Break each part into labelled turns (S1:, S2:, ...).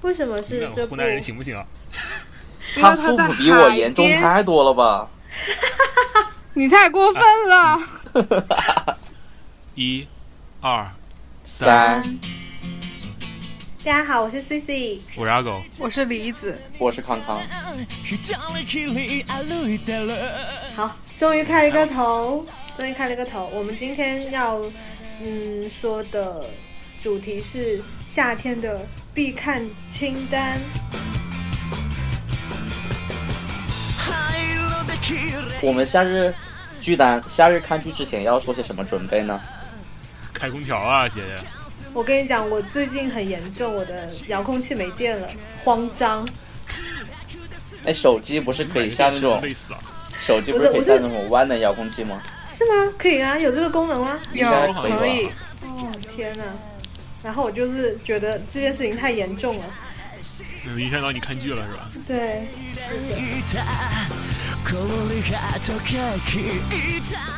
S1: 为什么
S2: 你
S1: 是这
S2: 们两个
S1: 部
S2: 湖？南人行不行啊？
S3: 因为
S4: 他
S3: 他
S4: 父
S3: 在
S4: 母比我
S3: 海
S4: 严重
S3: 边
S4: 太多 了吧？
S3: 你太过分了！
S2: 啊一、二、三，
S4: 三，
S1: 大家好，我是 C C，
S2: 我是阿狗。
S3: 我是梨子，
S4: 我是康康，
S1: 好，终于开了一个头，终于开了一个头。我们今天要嗯说的主题是夏天的必看清单。
S4: 我们夏日剧单，夏日看剧之前要做些什么准备呢？
S2: 开空调啊，姐姐！
S1: 我跟你讲，我最近很严重，我的遥控器没电了，慌张。
S4: 哎，手机不是可以下那种
S2: 累死啊！
S4: 手机不是可以
S1: 我是
S4: 下那种万能遥控器吗？
S1: 是吗？可以啊，有这个功能吗？
S3: 有
S4: 应该
S3: 可
S4: 可以
S3: 以
S2: 啊
S4: 吧，
S1: 哦，天哪！然后我就是觉得这件事情太严重了。
S2: 嗯影响到你看剧了是吧？
S1: 对，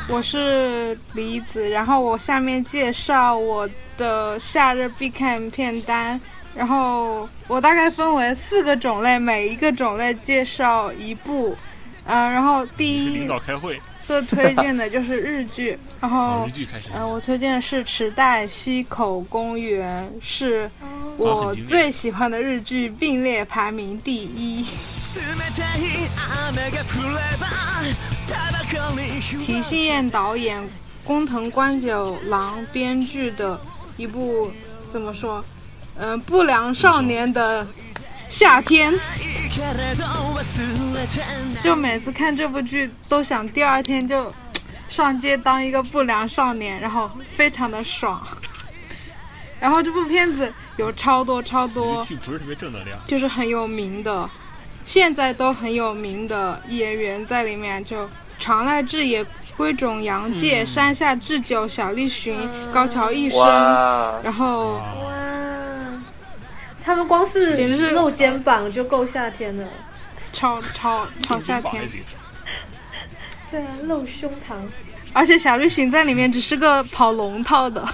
S3: 我是梨子，然后我下面介绍我的夏日必看片单，然后我大概分为四个种类，每一个种类介绍一部，呃，然后第
S2: 是领
S3: 一
S2: 导开会，
S3: 最推荐的就是日剧，然
S2: 好
S3: 后
S1: 哦
S2: 日剧开始。
S3: 呃，我推荐的是《池袋西口公园》，是
S2: 啊
S3: 我
S2: 很经典
S3: 最喜欢的日剧，并列排名第一。提信彦导演、工藤官九郎编剧的一部怎么说？嗯、不良少年的夏天。就每次看这部剧，都想第二天就上街当一个不良少年，然后非常的爽。然后这部片子有超多超
S1: 哦
S3: 多
S2: 日剧不是特别正能量，
S3: 就是很有名的，现在都很有名的演员在里面，就长濑智也、龟冢洋介、山下智久、小栗旬、高桥一生，
S4: 哇，
S3: 然后
S2: 哇，
S1: 哇，他们光
S3: 简直
S1: 是
S3: 是
S1: 露肩膀就够夏天了。
S3: 超超
S1: 哦
S3: 超夏
S2: 真棒
S3: 天
S2: 哎，姐
S1: 对啊，露胸膛。
S3: 而且小栗旬在里面只是个跑龙套的，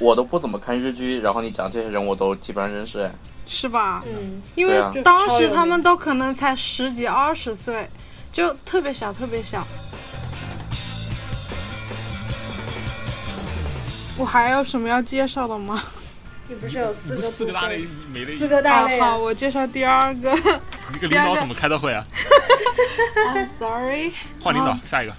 S4: 我都不怎么看日剧，然后你讲这些人我都基本上认识。哎
S3: 是吧？
S1: 嗯，
S3: 因为
S4: 对啊
S1: 就
S3: 当
S1: 超有
S3: 时
S1: 名
S3: 他们都可能才十几二十岁，就特别小，特别小。我还有什么要介绍的吗？
S1: 你不是有四
S2: 你
S1: 个
S2: 不四个
S1: 部
S2: 大
S1: 分
S2: 类没了一
S1: 四，个大类、
S3: 啊、好，
S1: 啊。
S3: 我介绍第二 个。
S2: 你个领导怎么开的会啊？
S3: I'm sorry。
S2: 换领导，
S1: 哦
S2: 下一个。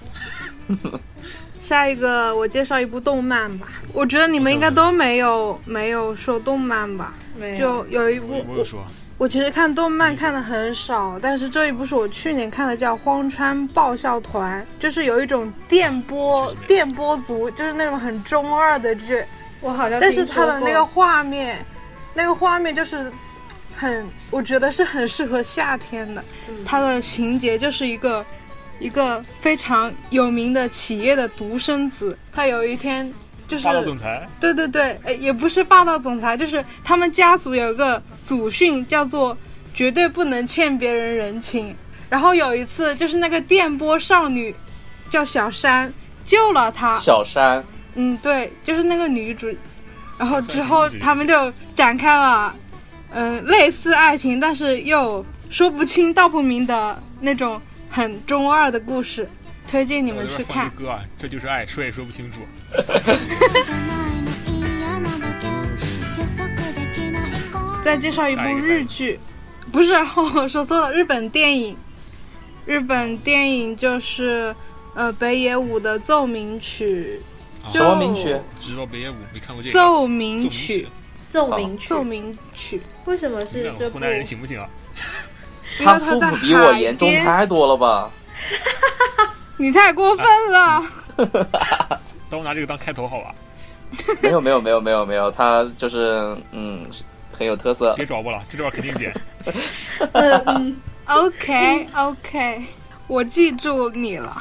S3: 下一个我介绍一部动漫吧，我觉得你们应该都没有没有说动漫吧？
S1: 没有
S3: 就有一
S2: 我
S3: 部
S2: 我有
S1: 嗯
S2: 说，
S3: 我其实看动漫看的很少，但是这一部是我去年看的，叫《荒川爆笑团》，就是有一种电波电波族，就是那种很中二的剧，
S1: 我好像
S3: 但是
S1: 听
S3: 它
S1: 说
S3: 的那
S1: 过
S3: 个画面，那个画面就是很，我觉得是很适合夏天的。
S1: 嗯
S3: 它的情节就是一个一个非常有名的企业的独生子，他有一天就是
S2: 霸道总裁，
S3: 对对对，哎，也不是霸道总裁，就是他们家族有一个祖训叫做绝对不能欠别人人情。然后有一次，就是那个电波少女叫小山救了他，
S4: 小山，
S3: 嗯，对，就是那个女主。然后之
S2: 小山
S3: 后
S2: 是女主
S3: 他们就展开了，嗯、类似爱情，但是又说不清道不明的那种很中二的故事，推荐你
S2: 我
S3: 们
S2: 这
S3: 去
S2: 边放一
S3: 看。
S2: 歌啊，这就是爱，说也说不清楚。
S3: 再介绍一部日剧，不是，我说错了，日本电影。日本电影就是，呃，北野武的奏鸣曲，
S2: 啊
S4: 什么名曲？
S2: 知道北野武没看过这个？
S3: 奏鸣
S2: 奏鸣
S3: 曲
S2: 曲，，
S1: 奏鸣曲
S3: 奏，鸣曲，
S1: 为什么
S2: 你
S1: 是
S2: 们两
S1: 这
S2: 个
S1: 部
S2: 湖？南人行不行啊？
S3: 因为
S4: 他父
S3: 在
S4: 母比我
S3: 海
S4: 严重
S3: 边
S4: 太多了吧？
S3: 你太过分
S2: 啊
S3: 了。
S2: 当我拿这个当开头好吧？
S4: 没有没有没有没有没有，他就是嗯很有特色。
S2: 别找我了，这段肯定剪。
S1: 呃嗯，
S4: 嗯
S3: OK OK，我记住你了。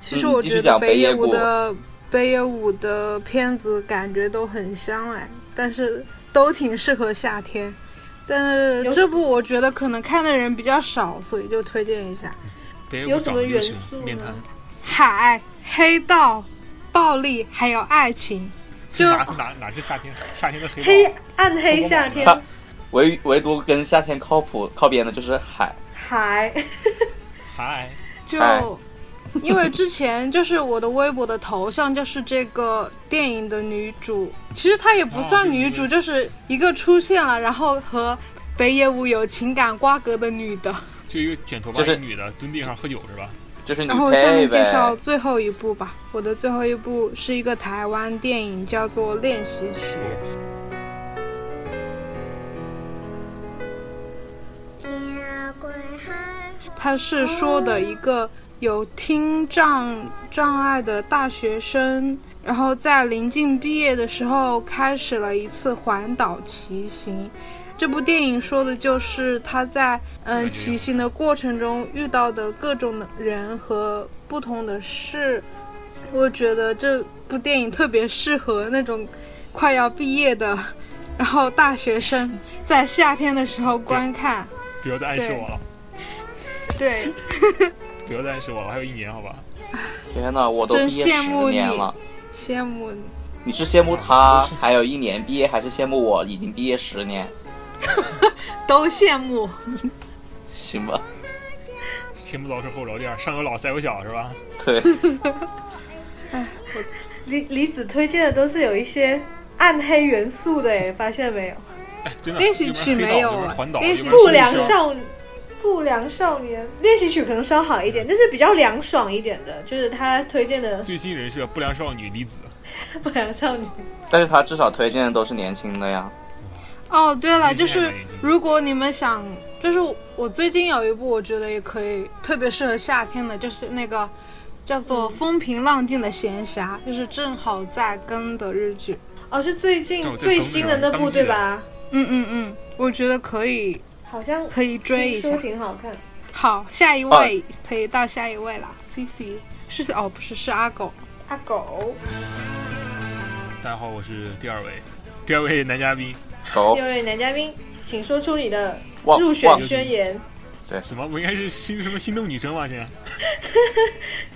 S3: 其实
S4: 嗯
S3: 我
S4: 继续
S3: 觉得
S4: 讲
S3: 北
S4: 北
S3: 野
S4: 野
S3: 武
S4: 武
S3: 的北野武的片子感觉都很香哎，但是都挺适合夏天。但是
S1: 有
S3: 这部我觉得可能看的人比较少，所以就推荐一下。
S2: 北野
S1: 有
S2: 武
S1: 什
S2: 长
S1: 么
S2: 得又
S1: 元
S2: 凶
S1: 素，
S2: 面
S1: 呢
S2: 瘫，
S3: 海、黑道、暴力还有爱情，
S2: 这
S3: 就
S2: 哪哪哪是夏天夏天的黑
S1: 黑
S2: 道？
S1: 暗黑夏天
S4: 他唯唯独跟夏天靠谱靠边的就是海。
S1: 海，
S2: 嗨，
S3: 就
S4: 哎
S3: 因为之前就是我的微博的头像就是这个电影的女主，其实她也不算女主，
S2: 哦
S3: 就是一个出现了，然后和北野武有情感瓜葛的女的。
S2: 就一个卷头发
S4: 就
S2: 一个
S4: 是
S2: 女的蹲地上喝酒是吧？
S4: 就是你
S3: 然后我下
S4: 配
S3: 面介绍
S4: 呗，
S3: 最后一部吧，我的最后一部是一个台湾电影，叫做《练习曲》。它是说的一个有听障障碍的大学生，然后在临近毕业的时候开始了一次环岛骑行。这部电影说的就是他在嗯
S2: 这个
S3: 骑行的过程中遇到的各种的人和不同的事。我觉得这部电影特别适合那种快要毕业的，然后大学生在夏天的时候观看。
S2: 不要再暗示我了，
S3: 对，
S2: 不要再暗示我了，还有一年好吧？
S4: 天哪，我都
S3: 真
S4: 毕业
S3: 羡
S4: 十
S3: 慕
S4: 年
S3: 你
S4: 了。
S3: 羡慕你。
S4: 你是羡慕他还有一年毕业，还是羡慕我已经毕业十年？
S3: 都羡慕。
S4: 行吧，
S2: 前不着村后不着店，上有老下有小是吧？
S4: 对，
S1: 李李子推荐的都是有一些暗黑元素的，哎，发现没有？
S2: 哎，真的，
S3: 练习曲没有
S2: 一边黑道一边环岛，
S3: 练习
S2: 一边
S1: 不
S2: 是
S1: 良
S2: 是
S1: 少不良少年练习曲可能稍好一点，就是比较凉爽一点的，就是他推荐的
S2: 最新人设不良少女离子，
S1: 不良少女。
S4: 但是他至少推荐的都是年轻的呀。
S3: 哦，对了，
S2: 毕竟
S3: 就是
S2: 还没进
S3: 如果你们想，就是我最近有一部我觉得也可以，特别适合夏天的，就是那个叫做《风平浪静的闲暇》，就是正好在更的日剧。
S1: 哦，是最
S2: 这
S1: 近
S2: 我在
S1: 最新的那
S2: 当
S1: 部
S2: 季的
S1: 对吧？
S3: 嗯嗯嗯，我觉得可以
S1: 好像
S3: 可以追
S1: 听
S3: 一下
S1: 说。挺好看。
S3: 好，下一位
S4: 哦
S3: 可以到下一位了，C C 是哦，不是是阿狗。
S1: 阿狗，
S2: 大家好，我是第二位，第二位男嘉宾，
S4: 走
S1: 第，二位男嘉宾，请说出你的
S4: 忘
S1: 入
S4: 忘
S1: 选宣言，
S2: 什么？我应该是心什么心动女生吧？现在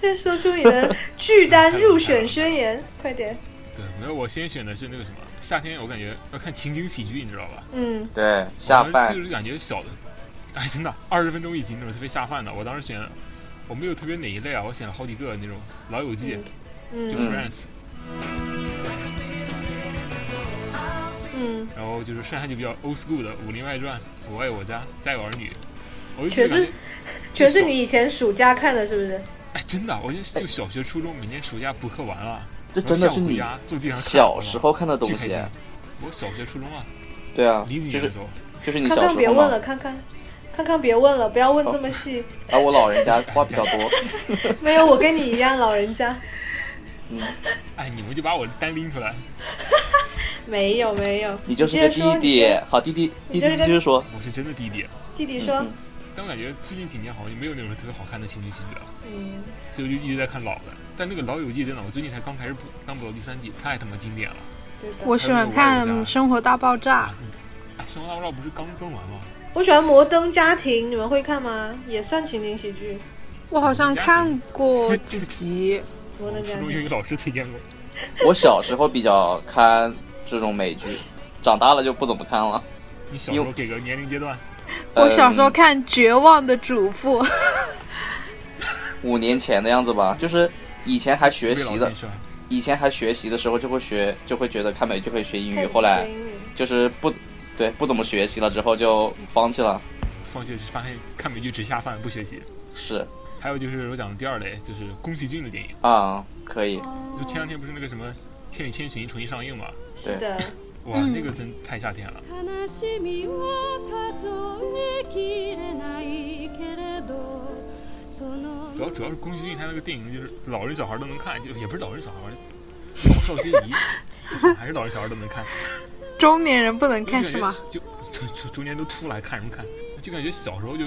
S1: 再说出你的巨单入选宣言，快点。
S2: 对，没有，我先选的是那个什么，夏天我感觉要看情景喜剧，你知道吧？
S1: 嗯，
S4: 对
S2: 我
S4: 下
S2: 当时
S4: 饭
S2: 就是感觉小的，哎，真的二十分钟一集那种特别下饭的。我当时选，我没有特别哪一类啊，我选了好几个那种《老友记》就
S1: 嗯
S2: Friends，、
S1: 嗯，
S2: 然后就是剩下就比较 old school 的《武林外传》《我爱我家》《家有儿女》，我就觉
S1: 全
S2: 得
S1: 是
S2: 感觉
S1: 全是你以前暑假看的，是不是？
S2: 哎，真的，我就就小学、初中每年暑假补课完了，
S4: 这
S2: 然后
S4: 真的
S2: 下
S4: 是
S2: 午回
S4: 你
S2: 家坐地上看
S4: 小时候看的东
S2: 巨开
S4: 西
S2: 心。。我小学、初中啊，
S4: 对啊，
S2: 零几
S4: 就
S2: 年的
S4: 是
S2: 时候，
S4: 就是你
S1: 康
S4: 小
S1: 康
S4: 时
S1: 别
S4: 候
S1: 问
S4: 嘛
S1: 了，。康康，康康别问了，不要问这么细。
S4: 然后我老人家话比较多，
S1: 没有，我跟你一样，老人家。
S2: 哎，你们就把我单拎出来，
S1: 没有没有，
S4: 你就是
S1: 接
S4: 个
S1: 着说
S4: 弟弟。好弟弟，
S1: 你
S4: 弟
S1: 就是
S4: 弟
S1: 个
S4: 就是说，
S2: 我是真的弟弟。
S1: 弟弟
S4: 嗯
S1: 说，
S4: 嗯
S2: 但我感觉最近几年好像没有那种特别好看的情景喜剧了，
S1: 嗯，
S2: 所以我就一直在看老的。但那个《老友记》真的，我最近才刚开始补，刚补到第三季，太他妈经典了！
S1: 对的。
S3: 我喜欢看
S2: 还有我家
S3: 《生活大爆炸》，
S2: 哎，《生活大爆炸》不是刚更完吗？
S1: 我喜欢《摩登家庭》，你们会看吗？也算情景喜剧，
S3: 我好像
S2: 我家
S3: 看过
S2: 这
S3: 几
S2: 这
S3: 集。
S1: 《
S2: 我
S1: 摩登
S2: 初
S4: 哦
S1: 家
S2: 中
S1: 庭
S2: 英语》。老师推荐过。
S4: 我小时候比较看这种美剧，长大了就不怎么看了。
S2: 你小时候给个年龄阶段，
S3: 我小时候
S4: 嗯
S3: 看《绝望的主妇》
S4: 五年前的样子吧，就是以前还学
S2: 未
S4: 习
S2: 老
S4: 的
S2: 先，衰。
S4: 以前还学习的时候就会学，就会觉得看美剧会学英
S1: 看
S4: 语，
S1: 你
S4: 后来
S1: 学英语
S4: 就是不，对，不怎么学习了之后就放弃了。
S2: 放学发现看美剧只下饭不学习。
S4: 是
S2: 还有就是我讲的第二类，就是宫崎骏的电影。
S4: 啊，可以，
S2: 就前两天不是那个什么《千与千寻》重新上映嘛？
S1: 是的，
S2: 哇，
S3: 嗯
S2: 那个真太夏天了。
S5: 悲しみは数えきれないけれどその
S2: 主要主要是宫崎骏他那个电影就是老人小孩都能看，就也不是老人小孩，老少皆 宜，还是老人小孩都能看。
S3: 中年人不能
S2: 就
S3: 看
S2: 感
S3: 是
S2: 觉
S3: 吗？
S2: 就就就中间都秃了，还看什么看？就感觉小时候就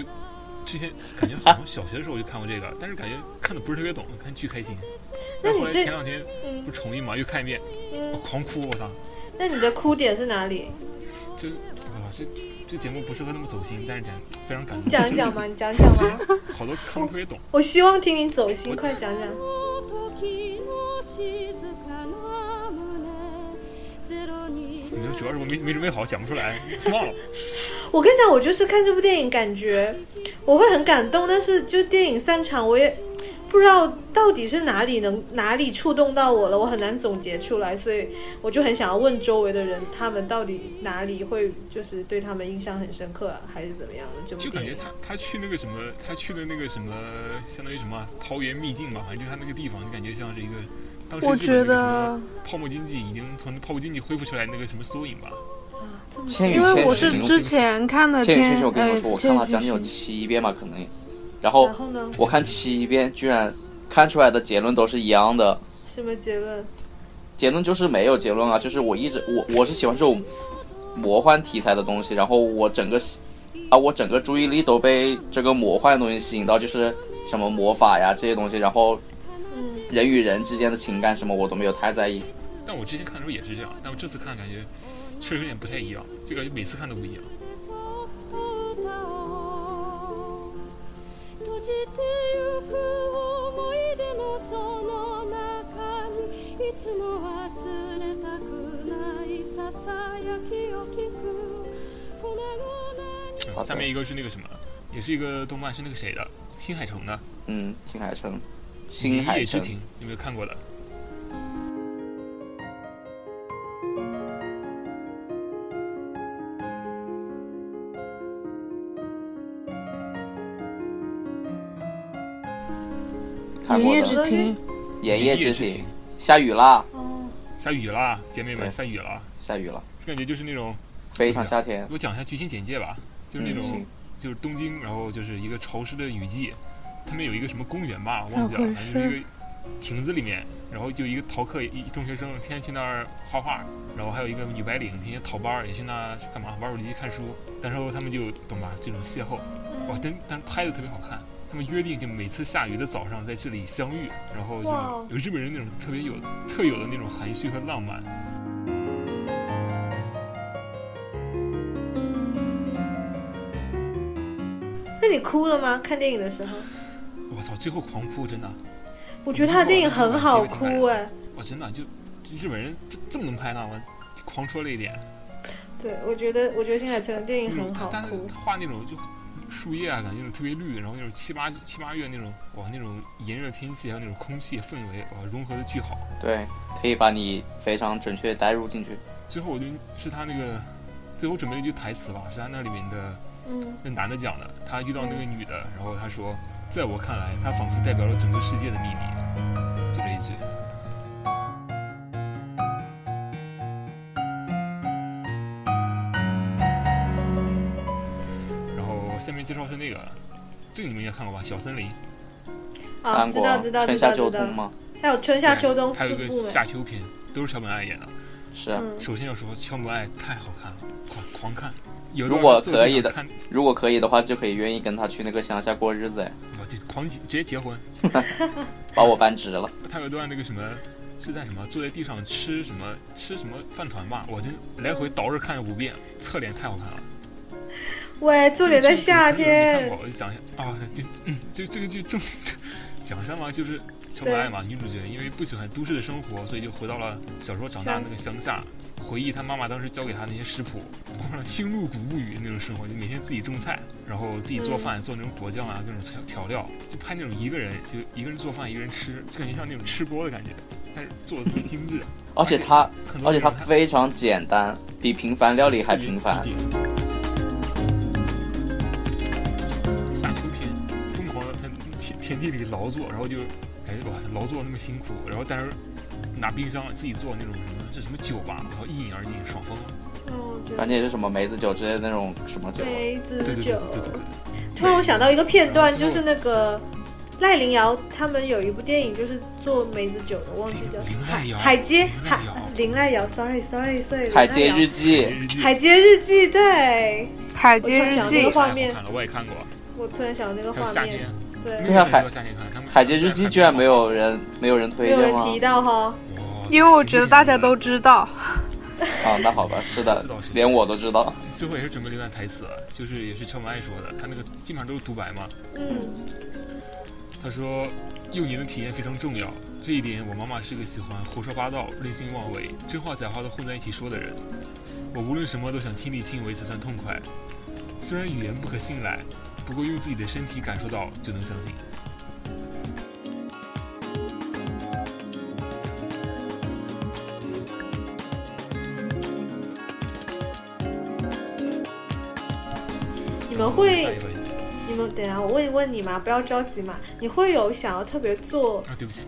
S2: 之前感觉好像小学的时候就看过这个，但是感觉看的不是特别懂，看巨开心。
S1: 那
S2: 但
S1: 你
S2: 后来
S1: 这
S2: 前两天
S1: 嗯
S2: 不是重映嘛，又看一遍，我
S1: 嗯，
S2: 狂哭，我操！
S1: 那你的哭点是哪里？
S2: 就啊，这这节目不适合那么走心，但是讲非常感动。
S1: 讲一讲嘛，你讲讲嘛。
S2: 好多看不特别懂。
S1: 我希望听你走心，
S2: 我
S1: 快讲讲。
S5: 時の静かな胸ゼロに
S2: 你知道主主要是我没没准备好，讲不出来，忘了。
S1: 我跟你讲，我就是看这部电影，感觉我会很感动，但是就电影散场，我也不知道到底是哪里能哪里触动到我了，我很难总结出来，所以我就很想要问周围的人，他们到底哪里会就是对他们印象很深刻、啊，还是怎么样的？这
S2: 就
S1: 部
S2: 感
S1: 电
S2: 觉
S1: 影
S2: 他他去那个什么，他去的那个什么，相当于什么啊桃源秘境吧，反正就他那个地方，就感觉像是一个当时
S3: 我
S2: 日本
S3: 觉
S2: 那个什么
S3: 得，
S2: 泡沫经济已经从泡沫经济恢复出来那个什么缩影吧。
S1: 啊，这么
S4: 千与
S1: 深
S3: 因
S1: 刻
S4: 千
S3: 为
S4: 寻
S3: 我是之前看的
S4: 《千与千
S3: 片
S4: 寻》，我跟你们说，我
S3: 呃，
S4: 看了将
S3: 千
S4: 近有
S3: 与
S4: 七遍吧，可能。然
S1: 然
S4: 后
S1: 后呢？
S4: 我看七遍，居然看出来的结论都是一样的，
S1: 什么结论？
S4: 结论就是没有结论啊，就是我一直我我是喜欢这种魔幻题材的东西，然后我整个啊我整个注意力都被这个魔幻的东西吸引到，就是什么魔法呀这些东西，然后
S1: 嗯，
S4: 人与人之间的情感什么我都没有太在意。
S2: 但我之前看的时候也是这样，但我这次看感觉确实有点不太一样，就感觉每次看都不一样。
S5: 閉じてゆく思い出のその中にいつも忘れたくないささやきを聞く粉々に
S2: 嗯
S4: 好的
S2: 下面一个是那个什么，也是一个动漫，是那个谁的，新海诚的《
S4: 嗯，新海诚，
S2: 一
S4: 新海
S2: 叶之
S4: 诚，
S2: 庭》，有没有看过的？
S4: 看过
S1: 什
S4: 的
S1: 么
S4: 《
S1: 东西？
S4: 盐
S2: 叶
S4: 叶之
S2: 庭
S4: 庭》，下雨啦，
S1: 哦，
S2: 下雨啦，姐妹们，
S4: 对
S2: 下雨了，
S4: 下雨了，
S2: 就感觉就是那种，
S4: 非常夏天。
S2: 我讲一下剧情简介吧，啊就是那
S4: 嗯，
S2: 种。
S4: 行，
S2: 就是东京，然后就是一个潮湿的雨季，他们有一个什么公园吧，忘记了
S3: 怎么，回
S2: 反正
S3: 事
S2: 就是一个亭子里面，然后就一个逃课一一中学生天天去那儿画画，然后还有一个女白领天天逃班儿也去那儿干嘛玩手机看书，但是他们就懂吧这种邂逅，哇，真但是拍的特别好看。他们约定就每次下雨的早上在这里相遇，然后就
S1: 哇
S2: 有日本人那种特别有特有的那种含蓄和浪漫。
S1: 那你哭了吗？看电影的时候，
S2: 我操，最后狂哭，真的。
S1: 我觉得他的电影很好哭哎、
S2: 我真的就就日本人这这么能拍呢，我狂戳了一点。
S1: 对，我觉得我觉得新海诚的电
S2: 那
S1: 影
S2: 种
S1: 很
S2: 他
S1: 好
S2: 他
S1: 哭，
S2: 他画那种就树叶啊，感觉那种特别绿，然后那种七八七八月那种哇，那种炎热天气还有那种空气氛围哇，融合的巨好。
S4: 对，可以把你非常准确地带入进去。
S2: 最后我就是他那个最后准备了一句台词吧，是他那里面的
S1: 嗯，
S2: 那男的讲的，他遇到那个女的，然后他说，在我看来，她仿佛代表了整个世界的秘密，啊就这一句。然后下面介绍是那个，这个你们应该看过吧，《小森林》
S1: 啊，
S4: 看
S1: 知
S4: 过
S1: 道知道
S4: 春
S1: 知
S4: 夏
S1: 道
S4: 秋
S1: 知道
S4: 冬，吗？
S1: 还有春夏秋冬
S2: 还有
S1: 四
S2: 一个
S1: 部哎，
S2: 夏秋篇，都是桥本爱演的。
S4: 是啊，
S1: 嗯，
S2: 首先要说桥本爱太好看了，狂狂看。有
S4: 如果
S2: 段坐在
S4: 可以
S2: 地上
S4: 的
S2: 看，
S4: 如果可以的话，就可以愿意跟他去那个乡下过日子，哎，
S2: 我就狂结直接结婚。
S4: 把我扳直了。
S2: 他有一段那个什么，是在什么坐在地上吃什么吃什么饭团吧，我真来回倒着看了五遍，侧脸太好看了。
S1: 喂，重点在夏
S2: 这个剧你看
S1: 天
S2: 过，我就讲一下啊，就嗯，就这个剧重 讲一下嘛，就是小可爱嘛，女主角因为不喜欢都市的生活，所以就回到了小时候长大
S1: 乡
S2: 那个乡下。回忆她妈妈当时教给她那些食谱，过上星露谷物语那种生活，就每天自己种菜，然后自己做
S1: 嗯
S2: 饭，做那种果酱啊，各种调调料，就拍那种一个人就一个人做饭，一个人吃，就感觉像那种吃播的感觉，但是做的特别精致，
S4: 而且他，
S2: 很多
S4: 而且他
S2: 人看
S4: 非常简单，比平凡料理还平凡。
S2: 夏秋篇，疯狂的在田田地里劳作，然后就感觉哇，他劳作那么辛苦，然后但是拿冰箱自己做那种什么这什么酒吧，然后一饮而尽，爽疯了。
S1: 嗯，我觉
S4: 关
S1: 得
S4: 键是什么梅子酒之类的那种什么酒，
S1: 梅
S2: 对
S1: 子
S2: 对对
S1: 酒
S2: 对。对对对。
S1: 突然我想到一个片段，
S2: 然后最
S1: 就
S2: 后
S1: 是那个赖玲瑶他们有一部电影，就是做梅子酒的，忘记叫什么
S2: 林赖瑶
S1: 海街
S2: 林
S1: 海
S2: 赖瑶
S1: 林赖瑶，sorry sorry sorry，
S4: 《海街
S2: 对
S4: 日记
S2: 日记
S1: 海街日记，对
S3: 海街
S1: 我突然
S3: 日
S1: 想到
S3: 记
S1: 那个》，画面
S2: 太好看了，我也看过。
S1: 我突然想到那个
S2: 还有
S1: 画
S2: 夏
S1: 面
S2: 天，，
S1: 对，
S4: 对啊海
S2: 有夏天看。他们
S4: 《海街日记》居然没有人没有人推
S1: 没有
S4: 荐
S1: 人
S4: 吗？
S1: 提到哈，嗯
S2: 哇
S3: 因为我觉得大家都知道。
S4: 啊，那好吧，是的
S2: 知道是，
S4: 连我都知道。
S2: 最后也是准备了一段台词，就是也是乔本爱说的，他那个基本上都是独白嘛。
S1: 嗯，
S2: 他说，幼年的体验非常重要，这一点我妈妈是个喜欢胡说八道、任性妄为、真话假话都混在一起说的人。我无论什么都想亲力亲为才算痛快。虽然语言不可信赖，不过用自己的身体感受到就能相信。
S1: 你们
S2: 下
S1: 会
S2: 一，位
S1: 你们等一下我问一问你嘛，不要着急嘛。你会有想要特别做，
S2: 啊，对不起，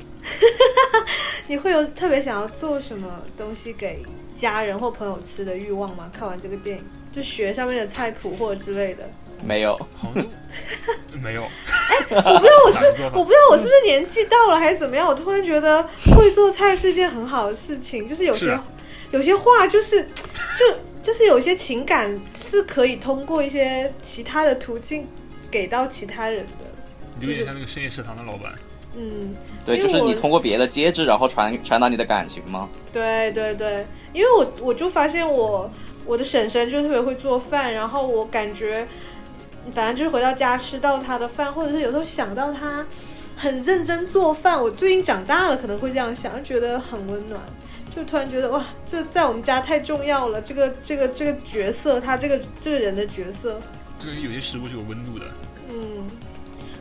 S1: 你会有特别想要做什么东西给家人或朋友吃的欲望吗？看完这个电影，就学上面的菜谱或者之类 的。
S4: 没有，
S2: 好像 就没有。
S1: 哎我不知道我是
S2: 懒惰吧
S1: 我不知道我是不是年纪到了还是怎么样，我突然觉得会做菜是件很好的事情，就是有些
S2: 是啊
S1: 有些话就是就就是有些情感是可以通过一些其他的途径给到其他人的。
S2: 你就有点像那个深夜食堂的老板，
S1: 嗯，
S4: 对，
S1: 因为
S4: 就是
S1: 我
S4: 你通过别的介质，然后传传达你的感情吗？
S1: 对对对，因为我我就发现我我的婶婶就特别会做饭，然后我感觉反正就是回到家吃到她的饭，或者是有时候想到她很认真做饭，我最近长大了可能会这样想，就觉得很温暖。就突然觉得哇，这在我们家太重要了。这个这个这个角色，他这个这个人的角色，
S2: 就是有些食物是有温度的。
S1: 嗯，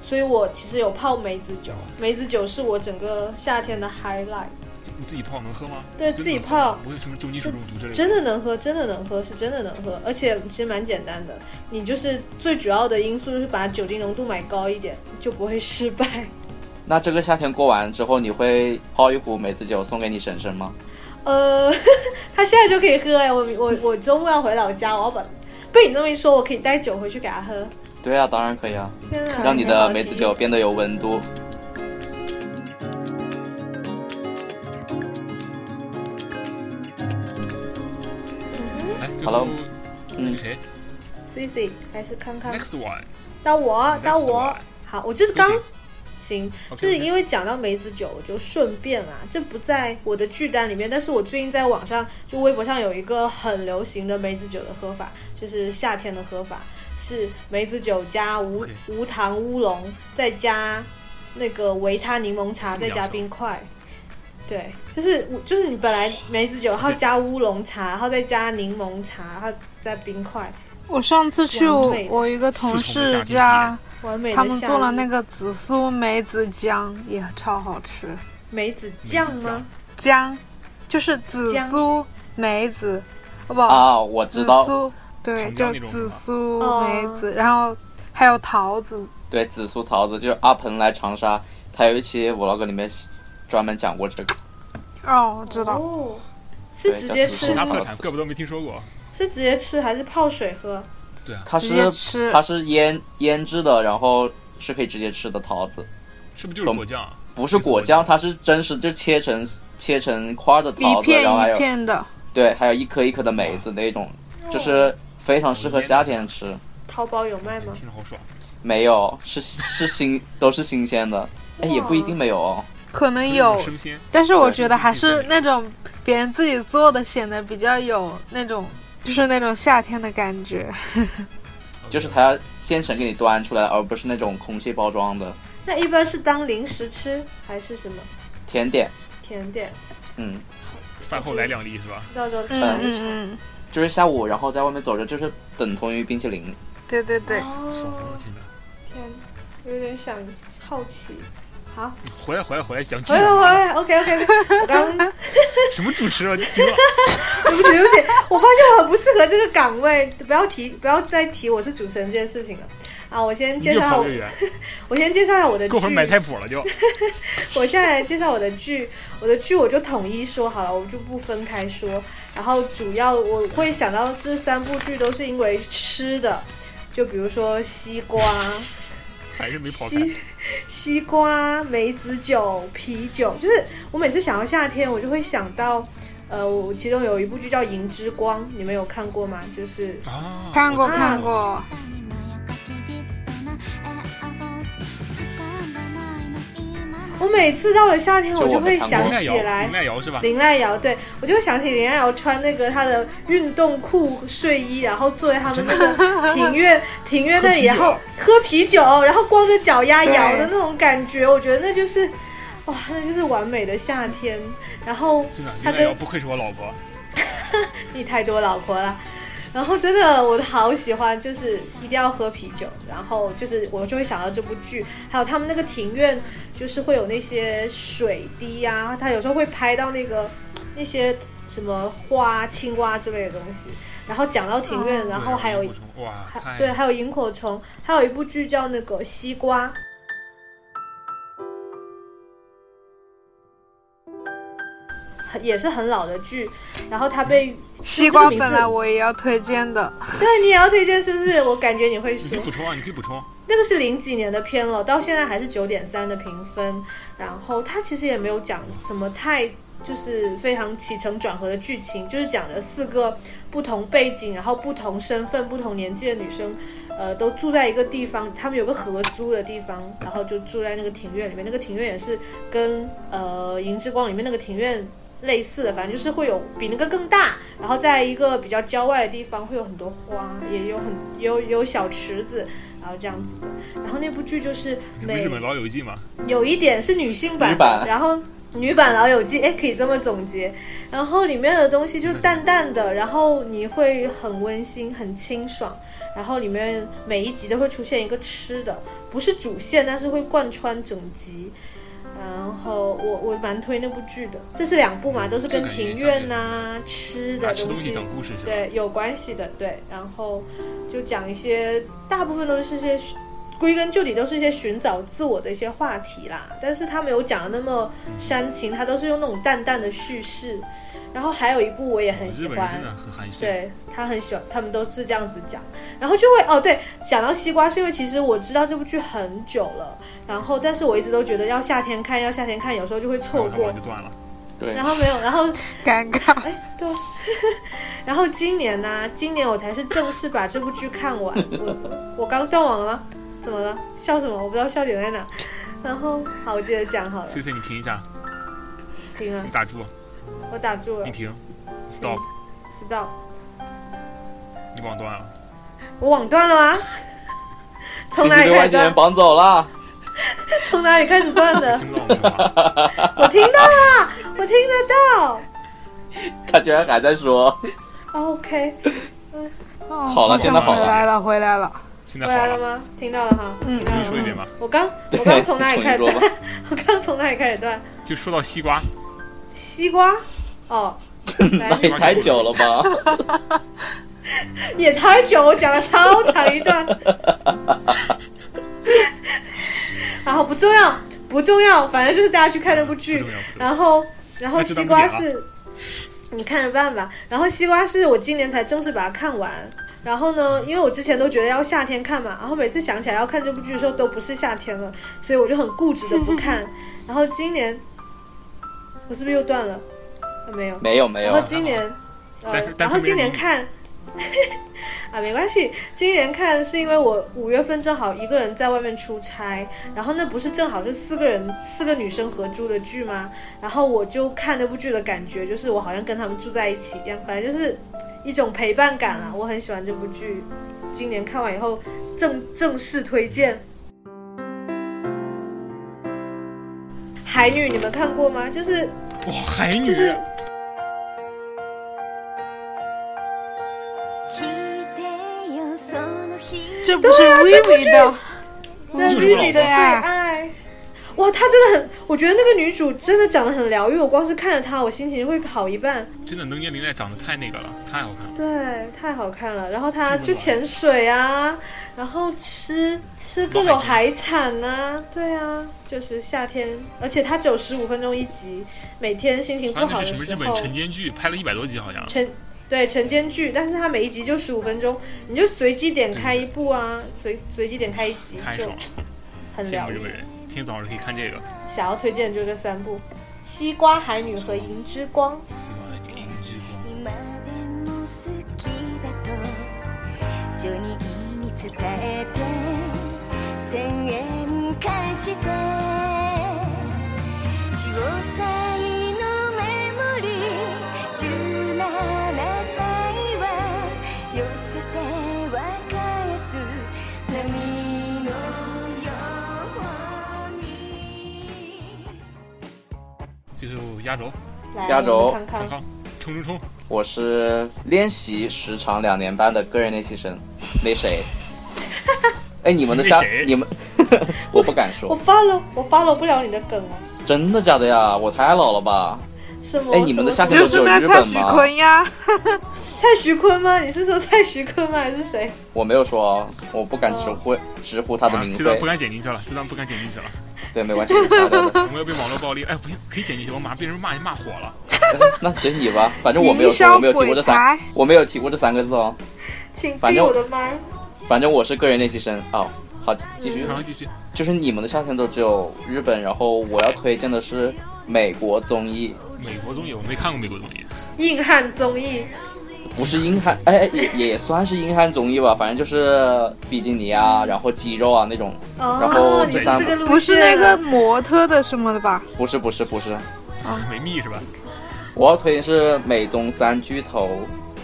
S1: 所以我其实有泡梅子酒，梅子酒是我整个夏天的 highlight。
S2: 你自己泡能喝吗？
S1: 对
S2: 真的
S1: 自己
S2: 能喝吗
S1: 泡
S2: 不会什么重金属中毒之类的。
S1: 真的能喝，真的能喝，是真的能喝，而且其实蛮简单的。你就是最主要的因素就是把酒精浓度买高一点，就不会失败。
S4: 那这个夏天过完之后，你会泡一壶梅子酒送给你婶婶吗？
S1: 呃， 他现在就可以喝哎，我我我周末要回老家，我要把被你这么一说，我可以带酒回去给他喝。
S4: 对啊，当然可以啊，
S1: 天啊，
S4: 让你
S1: 好
S4: 的
S1: 好
S4: 梅子
S1: 听
S4: 酒变得有温度。
S2: 哎，最
S4: Hello
S2: 后那
S1: 嗯
S2: 个谁
S1: ，C C 还是康康，
S2: ，Next one，
S1: 到我啊
S2: next
S1: 到我
S2: one，
S1: 好，我就是
S2: 不行
S1: 刚行，就是因为讲到梅子酒，我就顺便啦、这不在我的剧单里面，但是我最近在网上就微博上有一个很流行的梅子酒的喝法，就是夏天的喝法，是梅子酒加无
S2: OK
S1: 无糖乌龙，再加那个维他柠檬茶，
S2: 这么
S1: 再
S2: 养
S1: 加
S2: 生
S1: 冰块。对，就是就是你本来梅子酒，然后
S2: 对
S1: 加乌龙茶，然后再加柠檬茶，然后再冰块，
S3: 我上次去我
S1: 完美的
S3: 我一个同
S2: 四重的夏
S3: 事
S2: 令
S3: 家，
S1: 完美的
S3: 他们做了
S1: 夏日
S3: 那个紫苏梅子姜，也超好吃。
S1: 梅子酱
S2: 梅子
S1: 吗
S2: 酱？
S3: 姜，就是紫
S1: 姜
S3: 苏梅子，哦不，
S4: 啊，我
S3: 紫
S4: 知道，
S3: 苏，对，
S2: 糖
S3: 就
S2: 浆那
S3: 是
S2: 种
S3: 紫
S2: 是吧
S3: 苏
S1: 哦
S3: 梅子，然后还有桃子，
S4: 对，紫苏桃子就是阿鹏来长沙，他有一期 vlog 里面专门讲过这个。
S3: 哦，我知道，
S1: 哦，是
S4: 对
S1: 直
S4: 叫
S1: 接
S4: 紫
S1: 吃
S4: 苏
S2: 其他
S4: 桃
S2: 特产，怪不得没听说过。
S1: 是直接吃还是泡水喝？
S4: 它
S3: 直接
S4: 是
S3: 吃
S4: 它是腌腌制的，然后是可以直接吃的桃子，
S2: 是不是就是果酱？
S4: 不是果酱，它是真实就切成切成块儿的
S3: 一
S4: 桃子，
S3: 片
S4: 然后还
S3: 一
S4: 有
S3: 片的，
S4: 对，还有一颗一颗的梅子那种，就是非常适合夏天吃。
S1: 淘宝有卖吗？
S2: 听着好爽。
S4: 没有，是是新都是新鲜的，哎，
S1: 哇
S4: 也不一定没有哦。
S3: 可
S1: 哎
S3: 能
S2: 就是
S3: 有，
S2: 生鲜，
S3: 但是我
S2: 对
S3: 觉得还
S2: 就是
S3: 是
S2: 那
S3: 那种别人自己做的，显得比较有那种就是那种夏天的感 觉。嗯
S4: 就是它要现成给你端出来，而不是那种空气包装的
S1: 那一般是当零食吃还是什么
S4: 甜点。
S1: 甜点？
S4: 嗯，
S2: 饭后来两粒是吧？
S1: 到时候尝
S3: 嗯
S1: 一尝。
S3: 嗯嗯，
S4: 就是下午然后在外面走着，就是等同于冰淇淋。
S3: 对对对，
S2: 爽疯
S1: 哦
S2: 了，，亲着。
S1: 天，有点想好奇。好，
S2: 回来回来回来，讲剧啊
S1: 回来回来，OK OK OK。我刚，对
S2: 什么主持啊？惊了，
S1: 不起对不起，我发现我很不适合这个岗位，不要提，不要再提我是主持人这件事情了。啊，我先 介
S2: 越
S1: 绍
S2: 跑越，远，
S1: 我先介绍一下我的
S2: 过会儿
S1: 剧
S2: 买菜谱了就。
S1: 我现在来介绍我的剧，我的剧我就统一说好了，我就不分开说。然后主要我会想到这三部剧都是因为吃的，就比如说西 瓜、
S2: 还是没跑开。
S1: 西西瓜、梅子酒、啤酒，就是我每次想到夏天，我就会想到，呃，我其中有一部剧叫《银之光》，你们有看过吗？就是
S2: 啊，
S3: 看过
S2: 我知道
S3: 看。过，
S1: 我每次到了夏天，我就会
S4: 就
S1: 想
S2: 林奈
S1: 起
S2: 瑶，
S1: 来
S2: 林。奈瑶是吧？
S1: 林奈瑶，对我就会想起林奈瑶穿那个她的运动裤、睡衣，然后坐在他们那个 庭院庭院那里，然后喝啤酒，然后光着脚丫摇的那种感觉，我觉得那就是，哇，那就是完美的夏天。然后
S2: 真的，
S1: 她
S2: 林
S1: 跟
S2: 奈瑶不愧是我老婆。
S1: 你太多老婆了。然后真的我好喜欢，就是一定要喝啤酒，然后就是我就会想到这部剧，还有他们那个庭院，就是会有那些水滴啊，他有时候会拍到那个那些什么花、青蛙之类的东西。然后讲到庭院，然后还有
S2: 萤火虫哇，太
S1: 对，还有萤火虫，还有一部剧叫那个西瓜，很也是很老的剧，然后它被
S3: 嗯西瓜本来我也要推荐的，
S1: 对你也要推荐是不是？我感觉你会
S2: 你
S1: 说
S2: 可以补充啊，你可以补充。
S1: 那个是零几年的片了，到现在还是九点三的评分，然后它其实也没有讲什么太。就是非常起承转合的剧情，就是讲了四个不同背景，然后不同身份、不同年纪的女生呃，都住在一个地方，他们有个合租的地方，然后就住在那个庭院里面。那个庭院也是跟呃《银之光》里面那个庭院类似的，反正就是会有比那个更大，然后在一个比较郊外的地方，会有很多花，也有很也有也有小池子，然后这样子的。然后那部剧就是
S2: 你不是
S1: 每
S2: 日本老友记吗？
S1: 有一点是女性版的，
S4: 女版
S1: 然后女版《老友记》，哎，可以这么总结。然后里面的东西就淡淡的，然后你会很温馨、很清爽。然后里面每一集都会出现一个吃的，不是主线，但是会贯穿整集。然后我我蛮推那部剧的，这是两部嘛，都是跟
S2: 这个也
S1: 庭
S2: 算
S1: 院
S2: 是
S1: 呐、吃
S2: 拿
S1: 的
S2: 吃
S1: 东
S2: 东西
S1: 西
S2: 讲故事是吧？
S1: 对，有关系的，对。然后就讲一些，大部分都是些，归根究底都是一些寻找自我的一些话题啦。但是他没有讲的那么煽情，他都是用那种淡淡的叙事。然后还有一部我也很喜
S2: 日本人
S1: 欢
S2: 真，的很含蓄。
S1: 对他很喜欢，他们都是这样子讲，然后就会哦，对，讲到西瓜是因为其实我知道这部剧很久了，然后但是我一直都觉得要夏天看，要夏天看，有时候就会
S2: 然
S1: 错
S2: 后他马
S1: 过嗯
S2: 上，就断了。
S4: 对
S1: 然，后没有，然后
S3: 尴尬。
S1: 对，然后今年呢、今年我才是正式把这部剧看 完。我我刚断网了吗？怎么了？笑什么？我不知道笑点在哪。然后好，我记得讲好了，
S2: C C，你停一下，
S1: 停了
S2: 你，打住，
S1: 我打住了
S2: 你，停，stop，
S1: 嗯知道
S2: 你网 断了。
S1: 我网断了 吗？从
S4: 自
S1: 哪
S4: 己
S1: 里
S4: 被
S1: 开
S4: 外
S1: 始
S4: 星
S1: 断？
S4: 人绑走了，
S1: 从哪里开始断 的？
S2: 听不到我们说话，
S1: 我听到了，我听得到。
S4: 他居然还 在说
S1: OK，
S3: 哦
S4: 好了现在好了
S3: 回来了，回来了。
S2: 现在
S1: 回
S2: 好
S1: 来
S2: 了
S1: 了
S2: 吗？
S1: 吗？听到了哈。
S3: 嗯
S2: 重新说一遍吧，
S1: 我刚
S4: 对
S1: 我刚从哪里开始
S4: 重
S1: 断
S4: 新说？
S1: 我刚从哪里开始断？
S2: 就说到西瓜，
S1: 西瓜？哦，来
S4: 那也太久了吧？
S1: 也太久，我讲了超长一段。然后不重要，不重要，反正就是大家去看那部
S2: 不
S1: 剧啊
S2: 重。要，不重要。
S1: 然后，然后
S2: 那就
S1: 西
S2: 当
S1: 瓜
S2: 不讲
S1: 是，你看着办吧。然后西瓜是我今年才正式把它看完。然后呢，因为我之前都觉得要夏天看嘛，然后每次想起来要看这部剧的时候都不是夏天了，所以我就很固执的不看。然后今年，我是不是又断了？啊没有，
S4: 没有没
S2: 哎
S4: 有
S1: 然后，今年，呃
S2: 但是，
S1: 然
S2: 但是
S1: 后今
S2: 没有
S1: 年看， 啊，没关系，今年看是因为我五月份正好一个人在外面出差，然后那不是正好是四个人四个女生合租的剧吗？然后我就看那部剧的感觉，就是我好像跟他们住在一起一样，反正就是一种陪伴感啊啦。我很喜欢这部剧，今年看完以后正正式推荐。海女，你们看过吗？就是
S2: 哇，海女
S1: 就，是
S3: 这不是 Vivi 的，哎
S1: 那
S2: 就
S1: 丽
S2: 是
S1: 丽
S2: 我老婆
S1: 的最爱。哇，她真的很，我觉得那个女主真的长得很疗愈，我光是看着她，我心情会好一半。
S2: 真的能见林奈长得太那个了，太好看了。
S1: 对，太好看了。然后她
S2: 真的吗
S1: 就潜水啊，然后吃吃各种
S2: 哇
S1: 海产啊，对啊，就是夏天，而且她只有十五分钟一集，每天心情
S2: 好
S1: 不
S2: 像那
S1: 好
S2: 是
S1: 的
S2: 什么
S1: 时
S2: 日本
S1: 候，
S2: 晨间剧，拍了一百多集好像。
S1: 晨对晨间剧，但是它每一集就十五分钟，你就随机点开一部啊，随随机点开一集
S2: 太
S1: 就
S2: 爽了，
S1: 很
S2: 羡
S1: 疗
S2: 慕日
S1: 愈
S2: 本。人。今天早上可以看这个《
S1: 想要推荐的就这三部：《西瓜海女》和《银之光》。
S2: 西瓜的女音之光》。
S6: 今でも好きだとジョニーに伝えて千円返して潮歳のメモリー17歳は寄せては返す波のように
S2: 最后压轴，
S1: 来，
S4: 压轴
S1: 我们看
S2: 康
S1: 看
S2: 康，冲冲冲！
S4: 我是练习时长两年半的个人练习生，那谁？哎，你们的下
S2: 那谁
S4: 你们， 我不敢说
S1: 我，follow 我 follow 不了你的梗哦，
S4: 真的假的呀？我太老了吧？
S1: 什么？
S4: 哎你们的
S1: 什么
S4: 下课
S3: 就
S4: 只
S3: 是
S4: 有
S3: 那
S4: 日
S3: 蔡
S4: 本
S3: 徐
S4: 吗
S3: 坤呀，
S1: 蔡徐坤吗？你是说蔡徐坤吗？还是谁？
S4: 我没有说哦，我不敢直呼直呼他的
S2: 啊
S4: 名
S2: 这
S4: 讳，
S2: 段不敢剪进去了，这段不敢剪进去了，
S4: 对，没关系，没 关系
S2: 我们要被网络暴力。哎，不行，可以剪进去，我马上被人骂，骂火了。
S4: 那随你吧，反正我没有
S3: 营销
S4: 说，我没有提过这三
S3: 鬼才，
S4: 我没有提过这三个字哦。
S1: 请
S4: 反
S1: 闭
S4: 正我
S1: 我的麦。
S4: 反正我是个人练习生哦。好，继续
S2: 然。后继续，
S4: 就是你们的夏天都只有日本，然后我要推荐的是美国综艺，
S2: 美国综艺我没看过美国综艺，
S1: 硬汉综艺，
S4: 不是英汉，哎，哎也也算是英汉综艺吧，反正就是比基尼啊，
S3: 嗯
S4: 然后肌肉啊那种。然后
S1: 哦，你
S4: 第
S1: 是
S4: 三
S1: 这个路
S4: 个，
S1: 线，
S3: 不是那个模特的什么的吧？
S4: 不是不是不是，
S1: 啊
S2: 美密是吧？
S4: 我要推荐是美综三巨头，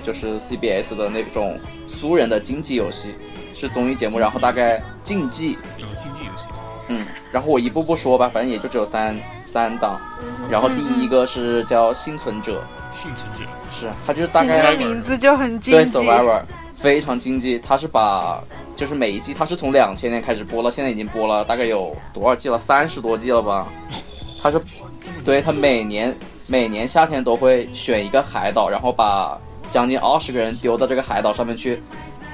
S4: 就是 CBS 的那种苏人的竞技游戏，是综艺节目，然后大概竞技，
S2: 然后竞技游戏，
S4: 嗯，然后我一步步说吧，反正也就只有三三档，
S1: 嗯
S4: 然后第一个是叫幸存者，
S2: 幸存者，
S4: 是它就是大
S3: 这
S4: 概
S3: 个名字就很
S4: 对
S3: 禁忌。
S4: Survivor 非常经济，它是把就是每一季它是从两千年开始播了，现在已经播了大概有多少季了？三十多季了吧？它是对它每年每年夏天都会选一个海岛，然后把将近二十个人丢到这个海岛上面去。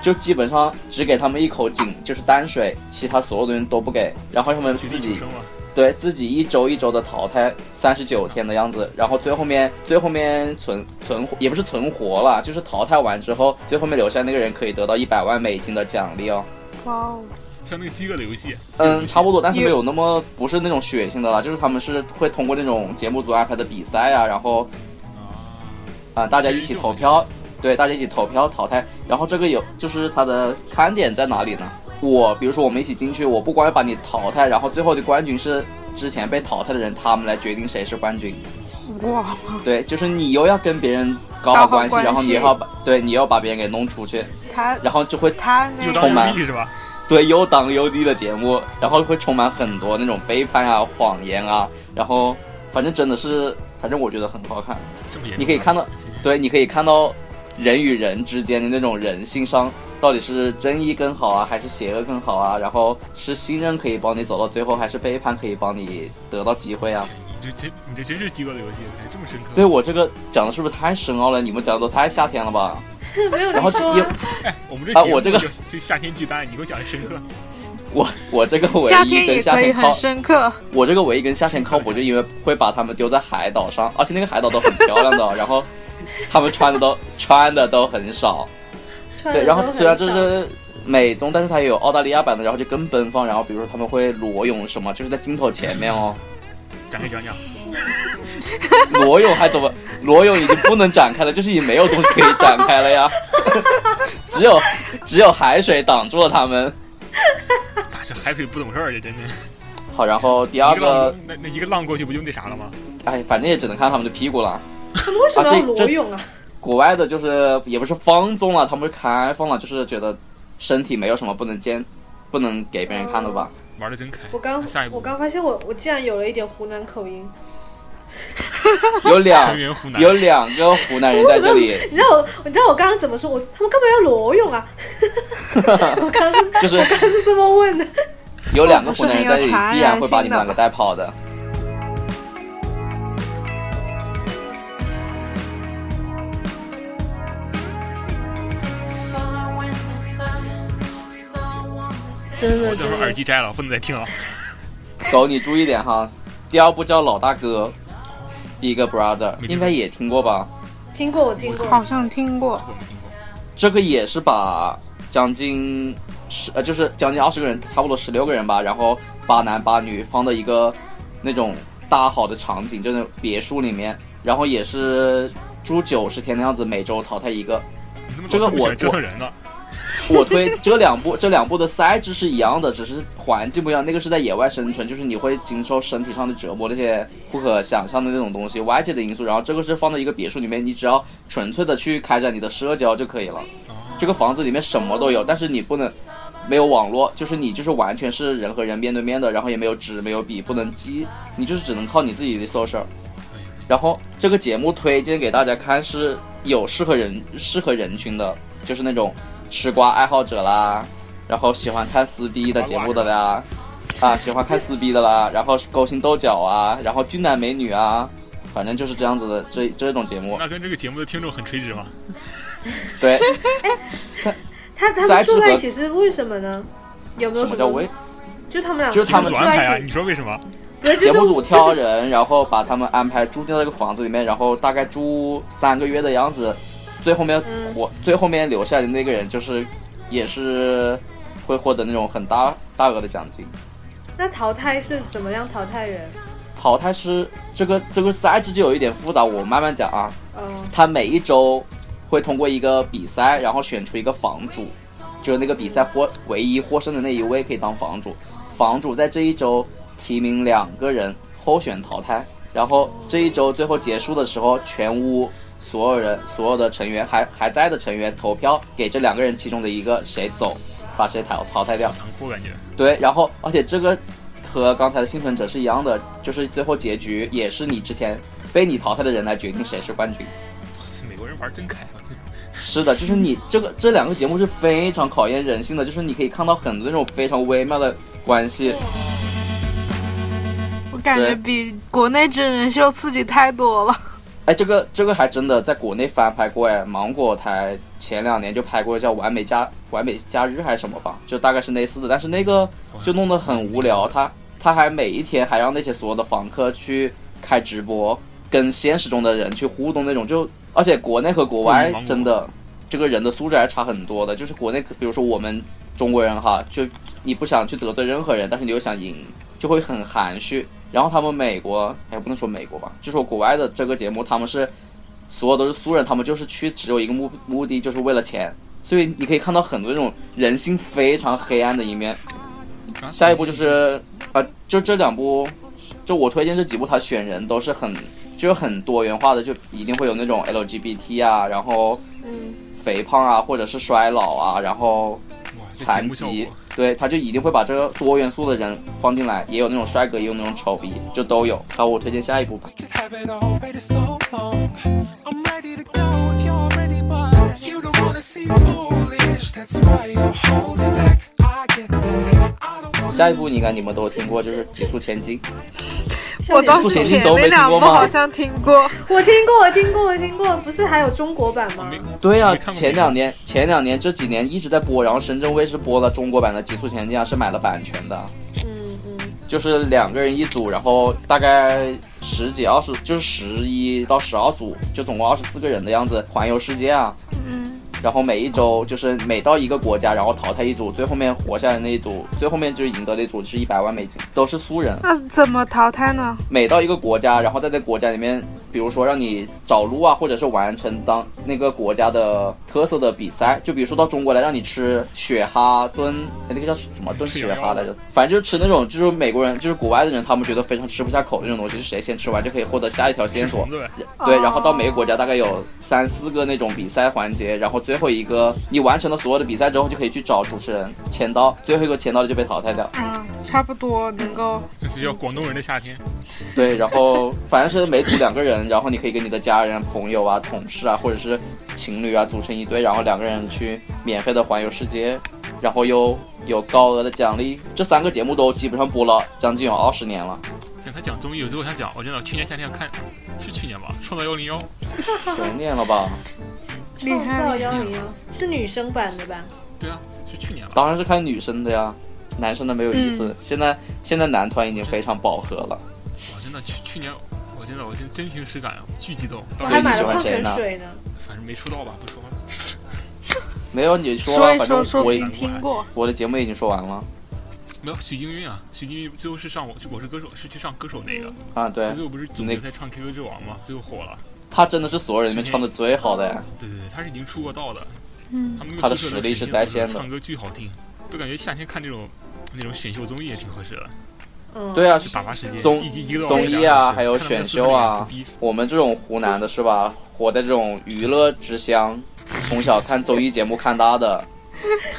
S4: 就基本上只给他们一口井，就是淡水，其他所有的人都不给，然后他们
S2: 绝
S4: 自
S2: 地
S4: 己
S2: 求生嘛，
S4: 对自己一周一周的淘汰三十九天的样子，然后最后面最后面存存也不是存活了，就是淘汰完之后，最后面留下那个人可以得到一百万美金的奖励哦。
S3: 哇哦，
S2: 像那个饥饿的游戏，
S4: 嗯，差不多，但是
S3: 有
S4: 没有那么不是那种血腥的啦，就是他们是会通过那种节目组安排的比赛啊，然后
S2: 啊，
S4: 啊、大家一起投票，对，大家一起投票淘汰。然后这个有就是它的看点在哪里呢？我比如说我们一起进去，我不光要把你淘汰，然后最后的冠军是之前被淘汰的人，他们来决定谁是冠军。
S3: 哇，
S4: 对，就是你又要跟别人搞好关系，
S3: 搞好关系
S4: 然后你又要把对，你又要把别人给弄出去，
S3: 他
S4: 然后就会
S3: 他那
S1: 嗯
S2: 又
S3: 个
S2: 当
S4: 充满
S2: 又立是吧？
S4: 对又当又低的节目，然后会充满很多那种背叛啊、谎言啊，然后反正真的是，反正我觉得很好看。
S2: 这么严重啊？
S4: 你可以看到，对，你可以看到人与人之间的那种人性上，到底是正义更好啊，还是邪恶更好啊？然后是信任可以帮你走到最后，还是背叛可以帮你得到机会啊？
S2: 你这真你这真是饥饿的游戏，还这么深刻？
S4: 对我这个讲的是不是太深奥了？你们讲的都太夏天了吧？
S1: 没有
S4: 然后
S1: 你
S4: 这
S1: 说
S4: 也
S1: 啊
S2: 我们这
S4: 啊
S2: 节目
S4: 我这个
S2: 就就夏天巨蛋，你给我讲的深刻，
S4: 我我这个唯
S3: 夏
S4: 一
S3: 天
S4: 跟
S3: 也
S4: 夏
S3: 可以
S4: 天
S3: 很
S4: 靠，
S3: 深刻。
S4: 我这个唯一跟夏天靠谱，就因为会把他们丢在海岛上，而且那个海岛都很漂亮 的，然后他们穿的都穿的都很少。
S1: 穿
S4: 对，
S1: 的
S4: 然
S1: 都
S4: 后
S1: 很
S4: 虽然这
S1: 少
S4: 是美综，但是它也有澳大利亚版的，然后就更奔放。然后比如说他们会裸泳什么，就是在镜头前 面哦，
S2: 展开讲讲。
S4: 裸泳还怎么？裸泳已经不能展开了，就是已经没有东西可以展开了呀， 只有只有海水挡住了他们。
S2: 大是海水不懂事儿，这真的。
S4: 好，然后第二
S2: 一个
S4: 个，
S2: 浪，那那一个浪过去不就那啥了吗？
S4: 哎，反正也只能看他们的屁股了。
S1: 他们为什么
S4: 啊
S1: 要
S4: 这这
S1: 裸泳啊？
S4: 国外的就是也不是放纵了，他们是开放了，就是觉得身体没有什么不能见、不能给别人看的吧。
S2: 玩的真开。
S1: 我刚
S2: 下一步，
S1: 我刚发现我我竟然有了一点湖南口音，
S4: 有两
S2: 成员湖南
S4: 有两个湖南人在这里，
S1: 你知道我你知道我刚刚怎么说？我他们干嘛要裸泳啊？ 我刚刚是
S4: 就是
S1: 我刚刚是这么问的。
S4: 有两个湖南人在这里，必然会把你们两个带跑的。
S1: 真
S2: 我
S1: 的
S2: 等
S1: 真
S2: 会儿耳
S1: 的，
S2: 机摘了，不能再听了。
S4: 狗，你注意点哈。第二部叫老大哥，Big Brother，
S2: 没听过
S4: 应该也听过吧？
S1: 听过我听过，
S3: 好像听过
S2: 这个我没听过。
S4: 这个也是把将近十呃，就是将近二十个人，差不多十六个人吧，然后八男八女放到一个那种大好的场景，就是别墅里面，然后也是住九十天的样子，每周淘汰一个。
S2: 你他妈
S4: 这个
S2: 这么喜
S4: 我
S2: 欢折腾人呢？
S4: 我推这两部，这两部的赛制是一样的，只是环境不一样。那个是在野外生存，就是你会经受身体上的折磨，那些不可想象的那种东西，外界的因素。然后这个是放到一个别墅里面，你只要纯粹的去开展你的社交就可以了。这个房子里面什么都有，但是你不能没有网络，就是你就是完全是人和人面对面的，然后也没有纸没有笔，不能记，你就是只能靠你自己的 social。然后这个节目推荐给大家看是有适合人适合人群的，就是那种吃瓜爱好者啦，然后喜欢看撕逼的节目的啦，啊，喜欢看撕逼的啦，然后是勾心斗角啊，然后俊男美女啊，反正就是这样子的这这种节目，
S2: 那跟这个节目的听众很垂直嘛。
S4: 对，
S1: 他他们住在一起是为什么呢？有没有
S4: 什
S1: 什
S4: 么
S1: 么？
S4: 叫微？
S1: 就他们俩
S4: 就是他们
S2: 节
S1: 住
S2: 目组安排啊，
S1: 在一
S2: 你
S1: 起，
S2: 说为什么？
S1: 对，就
S4: 节
S1: 是
S4: 目组挑
S1: 就是
S4: 人，然后把他们安排住进到这个房子里面，然后大概住三个月的样子。最后面
S1: 嗯
S4: 我最后面留下的那个人，就是也是会获得那种很大大额的奖金。
S1: 那淘汰是怎么样淘汰人？
S4: 淘汰是这个这个赛制就有一点复杂，我慢慢讲啊。
S1: 嗯
S4: 他每一周会通过一个比赛，然后选出一个房主，就是那个比赛获唯一获胜的那一位可以当房主。房主在这一周提名两个人候选淘汰，然后这一周最后结束的时候，全屋所有人所有的成员还还在的成员投票给这两个人其中的一个谁走，把谁淘淘汰掉
S2: 好。残酷感啊觉。
S4: 对，然后而且这个和刚才的幸存者是一样的，就是最后结局也是你之前被你淘汰的人来决定谁是冠军。
S2: 美国人玩真开啊！这
S4: 是的，就是你这个这两个节目是非常考验人性的，就是你可以看到很多那种非常微妙的关系。
S3: 我感觉
S4: 对
S3: 比国内真人秀刺激太多 了。
S4: 哎，这个这个还真的在国内翻拍过哎，芒果台前两年就拍过叫《完美假完美假日》还是什么吧，就大概是类似的，但是那个就弄得很无聊。他他还每一天还让那些所有的房客去开直播，跟现实中的人去互动那种，就而且国内和国
S2: 不
S4: 外
S2: 迷茫吗
S4: 真的这个人的素质还差很多的。就是国内，比如说我们中国人哈，就你不想去得罪任何人，但是你又想赢，就会很含蓄。然后他们美国，哎，不能说美国吧，就说国外的这个节目，他们是所有都是素人，他们就是去只有一个目目的，就是为了钱。所以你可以看到很多这种人性非常黑暗的一面。
S2: 啊
S4: 下一步就是啊，就这两部，就我推荐这几部，它选人都是很就是很多元化的，就一定会有那种 LGBT 啊，然后
S1: 嗯，
S4: 肥胖啊，或者是衰老啊，然后
S2: 哇，这节
S4: 残
S2: 目效
S4: 疾
S2: 果，
S4: 对，他就一定会把这个多元素的人放进来，也有那种帅哥，也有那种丑逼，就都有。好，我推荐下一部吧。
S7: could have it all waited so long. I'm ready to go if you're ready, but you don't wanna seem foolish. That's why you're holding back. I get that. I don't want
S4: 下一部你应该你们都听过，就是《极速前进》。
S3: 我当
S4: 速
S3: 时
S4: 写
S3: 前
S4: 信都没
S3: 面
S4: 听
S3: 两
S4: 过
S3: 部
S4: 吗
S3: 好像听过，
S1: 我听过，我听过，我听过，不是还有中国版吗？
S4: 对啊
S2: 没看，过
S4: 前两年前两年这几年一直在播，然后深圳卫视播了中国版的《极速前进》啊，是买了版权的。
S1: 嗯嗯，
S4: 就是两个人一组，然后大概十几二十，就是十一到十二组，就总共二十四个人的样子，环游世界啊。
S3: 嗯，
S4: 然后每一周就是每到一个国家，然后淘汰一组，最后面活下来那一组，最后面就是赢得那一组是一百万美金，都是素人。
S3: 那怎么淘汰呢？
S4: 每到一个国家，然后在这国家里面，比如说让你找路啊，或者是完成当那个国家的特色的比赛，就比如说到中国来让你吃雪哈炖，哎那个叫什么炖雪哈来着？反正就吃那种就是美国人就是国外的人，他们觉得非常吃不下口那种东西，是谁先吃完就可以获得下一条线
S2: 吃
S4: 索
S2: 虫。子呗，
S4: 对，然后到每个国家大概有三四个那种比赛环节，然后最后一个你完成了所有的比赛之后，就可以去找主持人签到，最后一个签到的就被淘汰掉。
S3: 嗯，差不多能够。
S2: 这是叫广东人的夏天。
S4: 对，然后反正是每组两个人，然后你可以跟你的家人、朋友啊、同事啊，或者是情侣啊组成一队，然后两个人去免费的环游世界，然后又有高额的奖励。这三个节目都基本上播了将近有二十年了。
S2: 像他讲综艺，有时候我想讲，我真的去年夏天看，是去年吧，《创造幺零幺》
S4: 九年了吧？
S3: 厉
S1: 创
S3: 害
S1: 造幺零幺是女生版的吧？
S2: 对啊，是去年了。
S4: 当然是看女生的呀，男生的没有意思。
S3: 嗯
S4: 现在现在男团已经非常饱和了，
S2: 我真的去去年，我真的我真真情实感，巨激动。
S1: 我
S2: 当
S1: 还
S2: 时
S1: 买了
S4: 喜欢
S1: 矿
S4: 谁
S1: 泉
S4: 呢
S1: 水呢。
S2: 反正没出道吧，不说了。
S4: 没有你说
S3: 说
S4: 吧，
S3: 一
S4: 反
S3: 说，
S4: 正
S3: 说不
S4: 我已
S3: 定听过。
S4: 我的节目已经说完了
S2: 没有许金云啊，许金云最后是上我去我是歌手，是去上歌手那个，
S4: 啊。对
S2: 他最后不是总决赛唱 KK 之王嘛，最后火了。
S4: 他真的是所有人里面唱的最好的呀。
S1: 嗯
S2: 对对对，他是已经出过道的，
S3: 嗯
S2: 他们那
S4: 他
S2: 个
S4: 的
S2: 宿舍
S4: 实
S2: 水
S4: 力是
S2: 瓶
S4: 在
S2: 座的
S4: 线的
S2: 唱歌巨好听，就感觉夏天看这种那种选秀综艺也挺合适的，
S1: 嗯，
S4: 对啊，
S2: 就打发时间。
S4: 综
S2: 一集一个多
S4: 综
S2: 小时
S4: 艺
S2: 两个
S4: 啊，
S2: 小时
S4: 还有
S2: 看他们
S4: 选
S2: 四
S4: 秀啊
S2: 个人很逼，
S4: 我们这种湖南的是吧，活在这种娱乐之乡，从小看综艺节目看大的。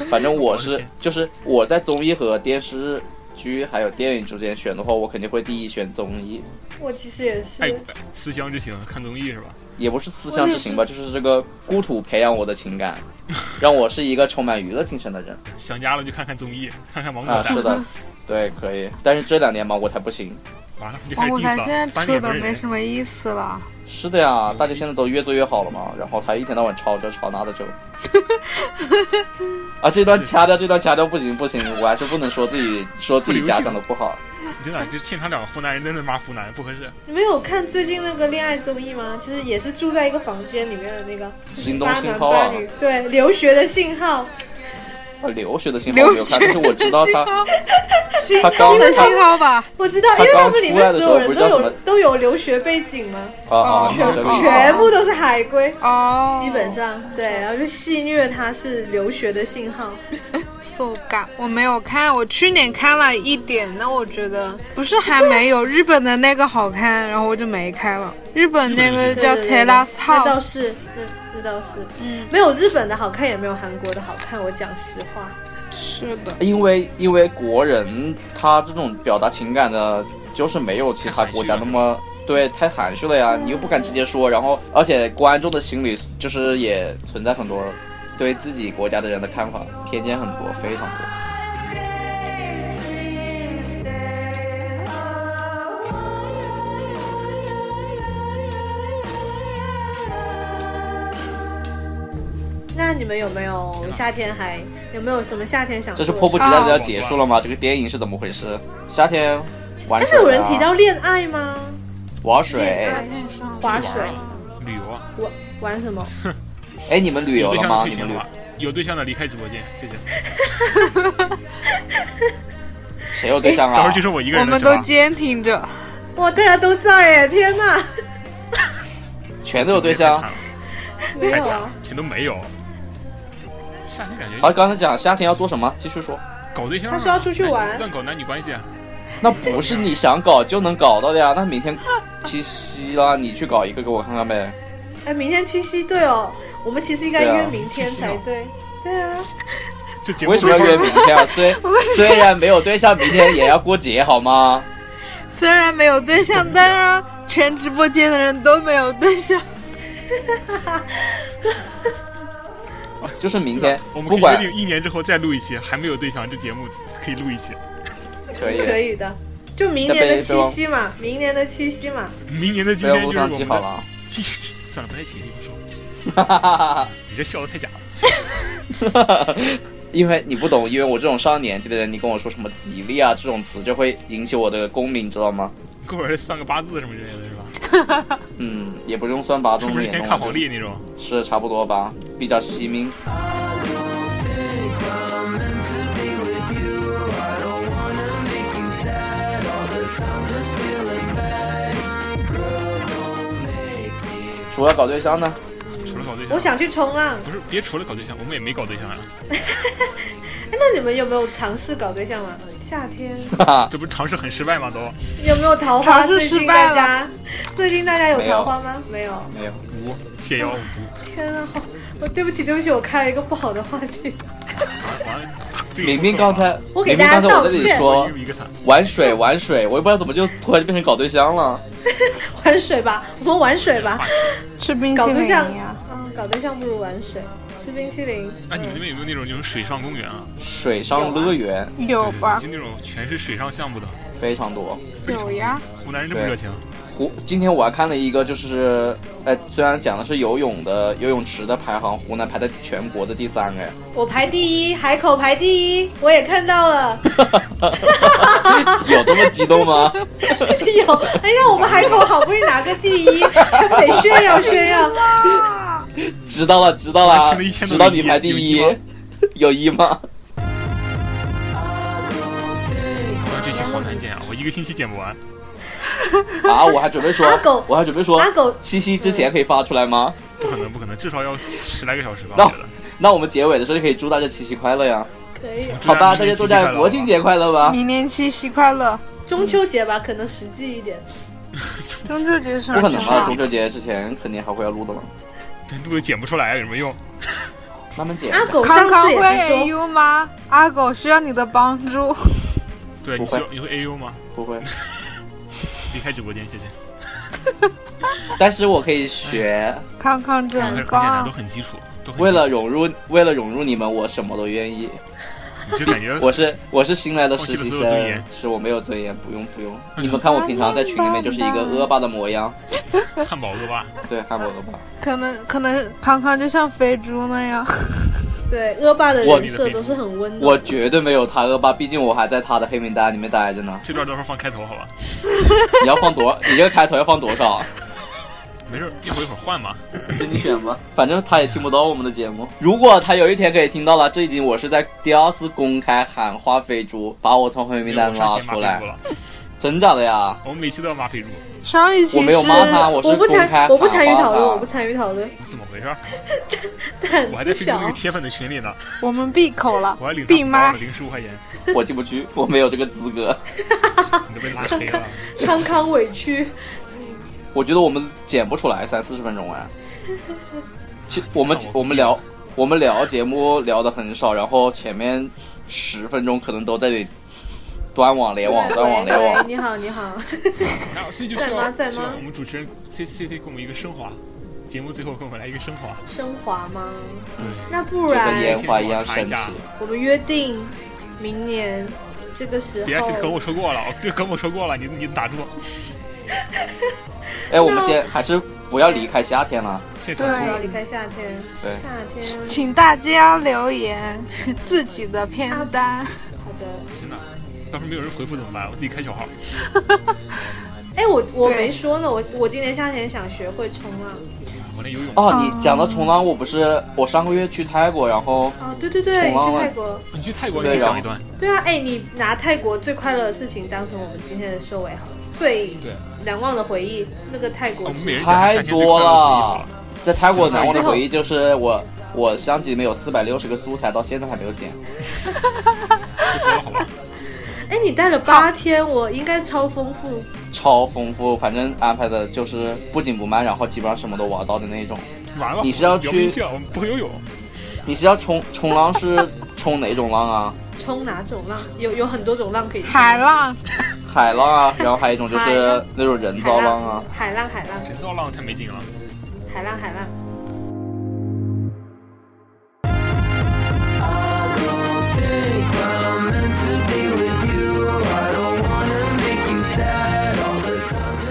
S4: 反正我
S2: 我的
S4: 是
S2: 天，
S4: 就是我在综艺和电视剧还有电影之间选的话，我肯定会第一选综艺，
S1: 我其实也是
S2: 爱，国思乡之情，看综艺是吧？
S4: 也不是思乡之情吧，就是这个故土培养我的情感，让我是一个充满娱乐精神的人
S2: 想家了就看看综艺，看看芒果
S4: 啊。
S2: 台
S4: 是。的，对，可以。但是这两年芒果台不行。
S2: 完了就开始
S3: 王古台
S2: diss
S3: 现
S2: 了，
S3: 在
S2: 翻
S3: 出
S2: 脸不
S3: 的
S2: 认
S3: 没
S2: 人
S3: 什。么意思了。
S4: 是的呀，大家现在都越做越好了
S1: 嗯
S4: 嘛，然后他一天到晚抄这抄那 的就。啊，这段掐掉，这段掐掉，不行不行，我还是不能说自己说自己家乡的不好。
S2: 真的，就现场两个湖南人在那骂湖南不合适。
S1: 你们有看最近那个恋爱综艺吗？就是也是住在一个房间里面的那个，就是
S4: 行动
S1: 八
S4: 信
S1: 男
S4: 号
S1: 八
S4: 啊
S1: 女，对，留学的信号，
S4: 啊，留学的信号我没
S3: 留
S4: 有
S3: 学
S4: 看，但是我知道他
S1: 行
S4: 他刚
S1: 因 为
S4: 他
S1: 他
S3: 信号吧，
S1: 我知道，因为他们里面所有人都
S4: 他刚出来的时候不是叫什么
S1: 有都有留学背景嘛，
S4: 啊啊，
S1: 全
S4: 这个
S3: 哦
S1: 全部都是海归，
S3: 哦，
S1: 基本上对，然后就戏谑他是留学的信号，
S3: So ga，我没有看，我去年看了一点，那我觉得不是还没有日本的那个好看，然后我就没看了。日本那个叫
S1: 对对
S3: t e
S1: 对
S3: l a s
S1: 那倒
S3: House，
S1: 是，那那倒是，
S3: 嗯，
S1: 没有日本的好看，也没有韩国的好看，我讲实话，
S3: 是的，
S4: 因为因为国人他这种表达情感的，就是没有其他国家那么对太含蓄了呀，你又不敢直接说，然后而且观众的心里就是也存在很多对自己国家的人的看法偏见很多，非常多。
S1: 那你们有没有夏天还有没有什么夏天想
S4: 这
S1: 做
S4: 是
S1: 的
S4: 迫不
S1: 事？
S4: 及待的要结束了吗？这个电影是怎么回事？夏天玩
S1: 但
S4: 水、
S1: 是
S4: 啊，
S1: 哎有人提到恋爱吗？
S4: 玩水。
S3: 啊
S1: 划水、
S2: 旅游啊，
S1: 玩玩什么？
S4: 哎，你们旅
S2: 有
S4: 游
S2: 对
S4: 了
S2: 象的
S4: 吗？哎
S2: 退
S4: 你们
S2: 群
S4: 旅啊
S2: 了，有对象的离开直播间，谢谢。
S4: 谁有对象
S2: 到时
S4: 啊
S2: 候就？是我一个
S3: 我
S2: 人的
S3: 们
S2: 事儿
S3: 都
S2: 了。
S3: 坚挺着，
S1: 哇，大家都在哎，天哪！
S4: 全哎都有对象。
S1: 没
S2: 太
S1: 有
S2: 惨
S1: 啊
S2: 了，，全都没有。夏天感
S4: 好，
S2: 觉
S4: 刚才讲夏天要做什么，继续说。
S2: 搞对象啊，
S1: 他说要出去玩
S2: 乱搞男女关系啊，
S4: 那不是你想搞就能搞到的呀。那 明天七夕啦，你去搞一个给我看看呗。
S1: 哎，明天七夕对哦，我们其实应该
S4: 对啊
S1: 约明天才对。对啊，
S2: 这节目
S4: 为什么要约明 天啊？虽虽然没有对象，明天也要过节 好吗？
S3: 虽然没有对象，但是全直播间的人都没有对象。
S4: 就是明
S2: 对
S4: 天
S2: 吧，我们
S4: 不
S2: 可以约
S4: 管
S2: 定一年之后再录一期，还没有对象，这节目可以录一期。
S4: 可以
S1: 可以的，就明年的七夕嘛，明年的七夕嘛。
S2: 明年的
S4: 不
S2: 今
S4: 要
S2: 天就
S4: 误
S2: 是我
S4: 伤
S2: 们
S4: 机
S2: 的
S4: 好了啊。
S2: 七夕， 算了，不太吉利，不说。
S4: 哈哈哈 哈。
S2: 你这笑的太假了。
S4: 因为你不懂，因为我这种上了年纪的人，你跟我说什么吉利啊这种词，就会引起我的共鸣，你知道吗？
S2: 给我算个八字什么之类的，是吧？
S4: 嗯，也不用算八字
S2: 是不是先看黄历那种？
S4: 是差不多吧，比较惜命。除了搞对 象呢？
S2: 除了搞对象，
S1: 我想去冲浪。
S2: 不是别除了搞对象，我们也没搞对象啊，
S1: 哎，那你们有没有尝试搞对象啊？夏天
S4: 哈哈，
S2: 这不是尝试很失败吗？都
S1: 有没有桃花？
S3: 尝试
S1: 最近
S3: 失败
S1: 大家最近大家有桃花吗？没有。
S4: 没有，
S2: 五谢邀五，
S1: 天啊，好我对不起对不起，我开了一个不好的话题。
S2: 完完了，这个
S4: 明明
S2: 不可
S4: 刚
S2: 能
S4: 才，
S1: 我给
S4: 明明
S1: 大家
S4: 刚才我在
S1: 道
S4: 这里
S1: 歉
S2: 我
S4: 说
S2: 一个一个惨，
S4: 玩水玩水，我也不知道怎么就突然就变成搞对象了。
S1: 玩水吧，我们玩水吧
S2: 话。题
S3: 吃冰
S1: 搞
S3: 淇
S1: 对
S3: 淋
S1: 象
S3: 呀、
S1: 嗯，搞对象不如玩水，吃冰淇淋。
S2: 哎，你们那边有没有那种就是水上公园啊？
S4: 水上乐园
S3: 有吧
S2: 就？那种全是水上项目的，
S4: 非常多。
S2: 非常
S3: 有呀，
S2: 湖南人这么热情，
S4: 湖，今天我还看了一个，就是，哎，虽然讲的是游泳的游泳池的排行，湖南排在全国的第三， 哎，
S1: 我排第一，海口排第一，我也看到了。
S4: 有这么激动吗？
S1: 有，哎呀，我们海口好不容易拿个第一，还不得炫耀炫耀。
S4: 知道了，知道了
S2: 我听了一，千多
S4: 知道你排第
S2: 有一吗，
S4: 有一吗？
S2: 哇，这期好难剪啊，我一个星期剪不完。
S4: 啊，我还准备说
S1: 阿狗，
S4: 我还准备说
S1: 阿狗，
S4: 七夕之前可以发出来吗？
S2: 不可能，不可能，至少要十来个小时吧，
S4: 那
S2: 我觉得。
S4: 那我们结尾的时候就可以祝大家七夕快乐呀！
S1: 可以，啊
S4: 好吧，大家都
S2: 在
S4: 在国庆节快乐吧！
S1: 嗯
S3: 明年七夕快乐！
S1: 中秋节吧，可能实际一
S4: 嗯
S1: 点。
S3: 中秋节什
S4: 不
S3: 么
S4: 可
S3: 时
S4: 能
S3: 候
S1: 嗯
S4: 啊，
S3: 啊？
S4: 中秋节之前肯定还会要录的嘛，
S2: 录都剪不出来，有什么用？
S4: 慢慢剪。
S1: 阿狗上
S3: 康康
S1: 次
S3: 会
S1: 也是
S3: A
S1: 说，
S3: U 吗？阿狗需要你的帮助。
S2: 对，
S4: 不
S2: 你
S4: 会
S2: 需要你会 AU 吗？
S4: 不会。
S2: 离开直播间，谢谢。
S4: 但是我可 以学，
S3: 康康这
S2: 很
S3: 很
S2: 很简
S1: 啊
S2: 单，都
S3: 棒，
S2: 很基础，都很基础
S4: 为了融入，为了融入你们，我什么都愿意。
S2: 你就感觉
S4: 我是我是新来的实习
S2: 放弃了所有尊
S4: 生
S2: 严，
S4: 是我没有尊严，不用不用。
S2: 嗯
S4: 你们看我平常在群里面就是一个恶霸的模样，
S2: 汉堡恶霸，。
S4: 对，汉堡恶霸。
S3: 可能可能康康就像肥猪那 样，
S1: 对，恶霸的
S4: 我
S1: 人设都是很温暖的。
S4: 我绝对没有他恶霸，毕竟我还在他的黑名单里面待着呢
S2: 这段到时候放开头好吧？
S4: 你要放多，你这个开头要放多少？啊
S2: 没事，一会儿一会儿换嘛。
S4: 随你选吧，反正他也听不到我们的节目。如果他有一天可以听到了，这已经我是在第二次公开喊话飞猪，把我从黑名单
S2: 我
S4: 拉
S2: 上期骂
S4: 出
S2: 飞
S4: 来
S2: 猪，了，
S4: 真假的呀？
S2: 我们每期都要骂飞猪，
S3: 上一期
S4: 我没有
S3: 是
S4: 骂他，我是
S1: 我不
S4: 公开
S1: 参，我不参与
S4: 喊话
S1: 讨论，
S4: 他
S1: 我不参与讨论。
S2: 你怎么回事儿？
S1: 但
S2: 我还在
S1: 至
S2: 飞猪那
S1: 少
S2: 个铁粉的群里呢，
S3: 我们闭口了
S2: 我还领，他
S3: 闭
S2: 红包
S3: 麦
S2: 呢，。零十五块钱，
S4: 我进不去，我没有这个资格。
S2: 你都被拉黑了。
S1: 康康委屈，
S4: 我觉得我们剪不出来三四十分钟哎。其我们我们聊我们聊节目聊的很少，然后前面十分钟可能都在这里端网联网端网
S1: 喂
S4: 联
S1: 喂，
S4: 网。
S1: 你好你好，
S2: 然后所以就
S1: 在
S2: 需
S1: 吗
S2: 要
S1: 在
S2: 需要
S1: 吗
S2: 我们主持人 C C C C 给我们一个升华，节目最后给我们来一个升华。
S1: 升华吗？
S2: 对，
S1: 那不
S4: 就跟
S1: 然
S4: 烟花一样
S2: 查一
S4: 神奇
S2: 下，
S1: 我们约定明年这个时
S2: 别
S4: 哦
S2: 去跟
S1: 候
S2: 我，说过了，我就跟我说过了，你你打住，
S4: 哎，我们先还是不要离开夏天了。
S2: 现场
S3: 对
S1: 不
S2: 脱
S4: 啊
S1: 要
S2: 了
S1: 离开夏天，
S4: 对
S1: 夏天。
S3: 请大家留言 自己的片
S2: 啊
S3: 单。
S1: 好的，
S2: 真的，到时候没有人回复怎么办？我自己开小号，
S1: 哎，我我
S3: 对
S1: 没说呢，我我今年夏天想学会冲浪。
S2: 我连游泳。
S4: 哦，你讲到冲浪，我不是我上个月去泰国，然后
S1: 哦，对对对，你
S4: 冲浪
S1: 去
S4: 吗
S1: 泰国？
S2: 你去泰国你
S4: 对
S2: 可以讲
S4: 呀
S2: 一段，
S1: 对啊，哎，你拿泰国最快乐的事情当成我们今天的收尾好了，最
S2: 对，啊
S1: 难忘的回忆，那个泰国
S2: 我
S4: 哦
S1: 之
S2: 们
S1: 旅
S2: 每人讲一下夏
S4: 太
S2: 天最快乐的回忆
S4: 多
S2: 好
S4: 了
S2: 了。。
S4: 在泰国难忘的
S1: 最后
S4: 回忆就是我我相机里面有四百六十个素材，到现在还没有剪。
S2: 不说了好吧？
S1: 哎，你待了八天，我应该超丰富。
S4: 超丰富，反正安排的就是不紧不慢，然后基本上什么都玩到的那种。
S2: 完了，
S4: 你是要
S2: 聊不进
S4: 去
S2: 去了，我们不会游泳，
S4: 你是要冲冲浪是冲哪种浪啊？
S1: 冲哪种浪？有有很多种浪可以冲。
S3: 海浪，
S4: 海浪啊，然后还有一种就是
S1: 海浪
S4: 那种人造浪啊。
S1: 海浪，海浪，
S2: 人造浪太没 劲了。
S1: 海浪，海浪。
S4: 人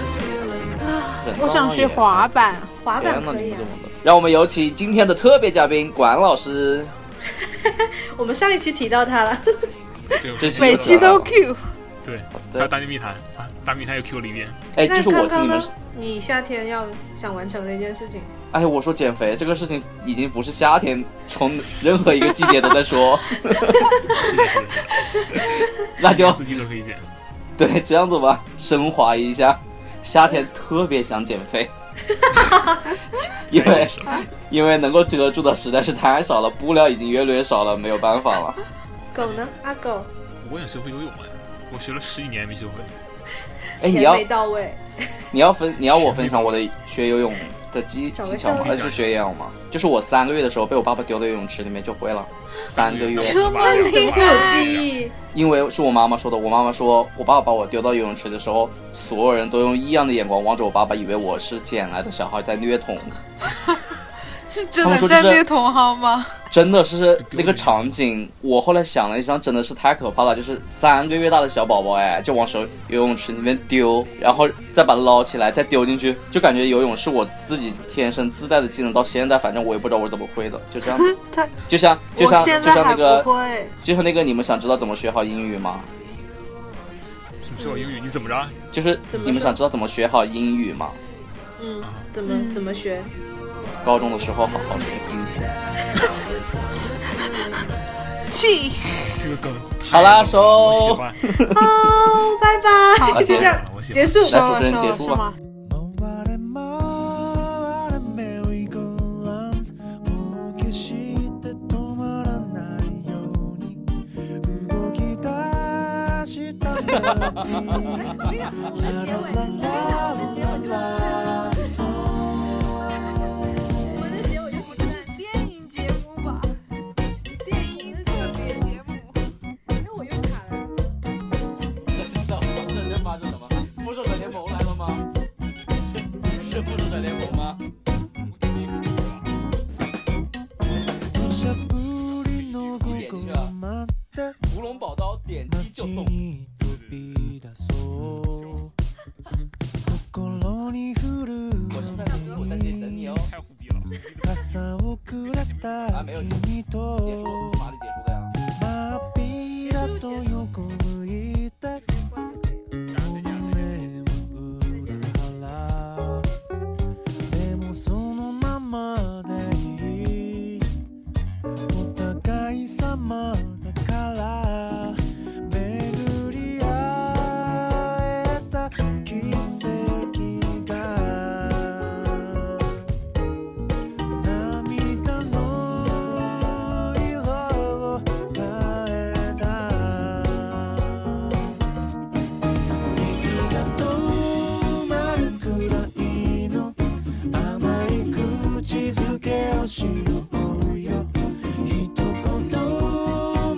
S4: 造
S3: 我想
S4: 浪
S3: 学
S4: 也。
S3: 滑板。
S1: 滑
S4: 天
S1: 板
S4: 呐，
S1: 可
S4: 你
S1: 以啊
S4: 们怎。么的？让我们有请今天的特别嘉宾管老师。
S1: 我们上一期提到它了，
S2: 对，我
S4: 这
S2: 们
S4: 是
S3: 每期都 Q，
S2: 对，还
S4: 对
S2: 有大内密谈啊，大密谈又 Q 了一遍。
S4: 哎，
S1: 那
S4: 就是我
S1: 康
S4: 听
S1: 康
S4: 你们
S1: 呢，？你夏天要想完成的一件事情，
S4: 哎，我说减肥这个事情已经不是夏天，从任何一个季节都在说，
S2: 是的，是的是的，
S4: 那啊就
S2: 四季都可以见。
S4: 对这样子吧，升华一下。夏天特别想减肥，因
S2: 哎
S4: 为
S2: 真是
S4: 因为能够遮住的实在是太少了，布料已经越来越少了，没有办法了。
S1: 狗呢？阿狗
S2: 我也学会游泳哎，我学了十几年没学会。
S4: 哎，
S1: 钱
S4: 你要
S1: 没到位，
S4: 你要分你要我分享我的学游泳的技
S1: 找
S4: 技
S1: 个
S4: 巧吗
S1: 教？练
S4: 还是学游泳吗？就是我三个月的时候被我爸爸丢到游泳池里面就会了，三个月，
S3: 这么厉
S1: 会有
S4: 啊
S3: 害，
S1: 记忆。
S4: 因为是我妈妈说的。我妈妈说我爸爸把我丢到游泳池的时候，所有人都用异样的眼光望着我爸爸，以为我是捡来的小孩在虐童。
S3: 是真
S4: 他们
S3: 的
S4: 说
S3: 在
S4: 这是
S3: 虐童好吗？
S4: 真的是那个场景，我后来想了一想，真的是太可怕了。就是三个月大的小宝宝，哎，就往手游泳池里面丢，然后再把它捞起来，再丢进去，就感觉游泳是我自己天生自带的技能。到现在，反正我也不知道我怎么会的，就 这样子
S3: 他。
S4: 就像 就
S3: 我
S4: 像
S3: 现
S4: 就
S3: 在
S4: 像那
S3: 还
S4: 个
S3: 不会。
S4: 就像那个，你们想知道怎么学好英语吗？
S2: 什么学好英语？你怎么着？
S4: 就是
S1: 怎么
S4: 你们
S1: 说
S4: 想知道怎么学好英语吗？
S1: 嗯，怎么怎么学？
S4: 高中的时候好好学。
S3: 气，
S2: 这个梗太
S4: 好啦
S2: 冷了我喜欢。啊
S3: 嗯
S1: 哦，拜拜，
S3: 哎
S4: 好
S1: 就 这样
S2: 我喜欢
S1: 结束。
S4: 来主
S3: 说
S4: 持人
S3: 了说
S4: 结
S3: 了
S4: 束
S3: 是
S4: 吧
S3: 吗？
S7: 回るメリーゴーランドもう決して止まらないように動き出したメロディーラララララ ラ
S3: 电影节目吧，电影特别节目。
S1: 那我又卡了。
S7: 海に飛び出そう心に降る
S4: 我吃饭的时候我在这里等你哦。
S2: 太胡逼了。
S7: 傘をくれた君
S4: 结束，
S7: と
S4: 从哪里结束的呀？
S7: 真っ平だと横向いて胸を裏腹でもそのままでいいお互い様だから巡り合えた奇跡が涙の色を変えた息が止まるくらいの甘い口づけをしようよ一言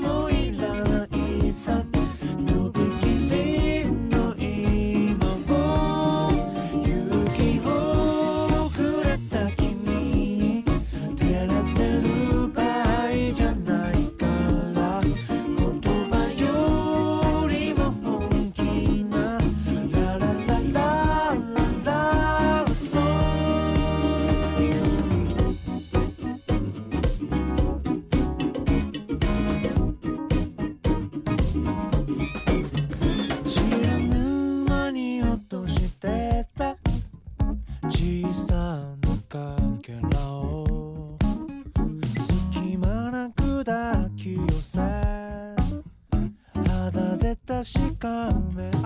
S7: もいらないさとびきりの今を勇気をくれた君に照れてる場合じゃないから言葉よりも本気なララララララソング知らぬ間に落としてた小さなかけらを隙間なく抱き寄せ肌で確かめ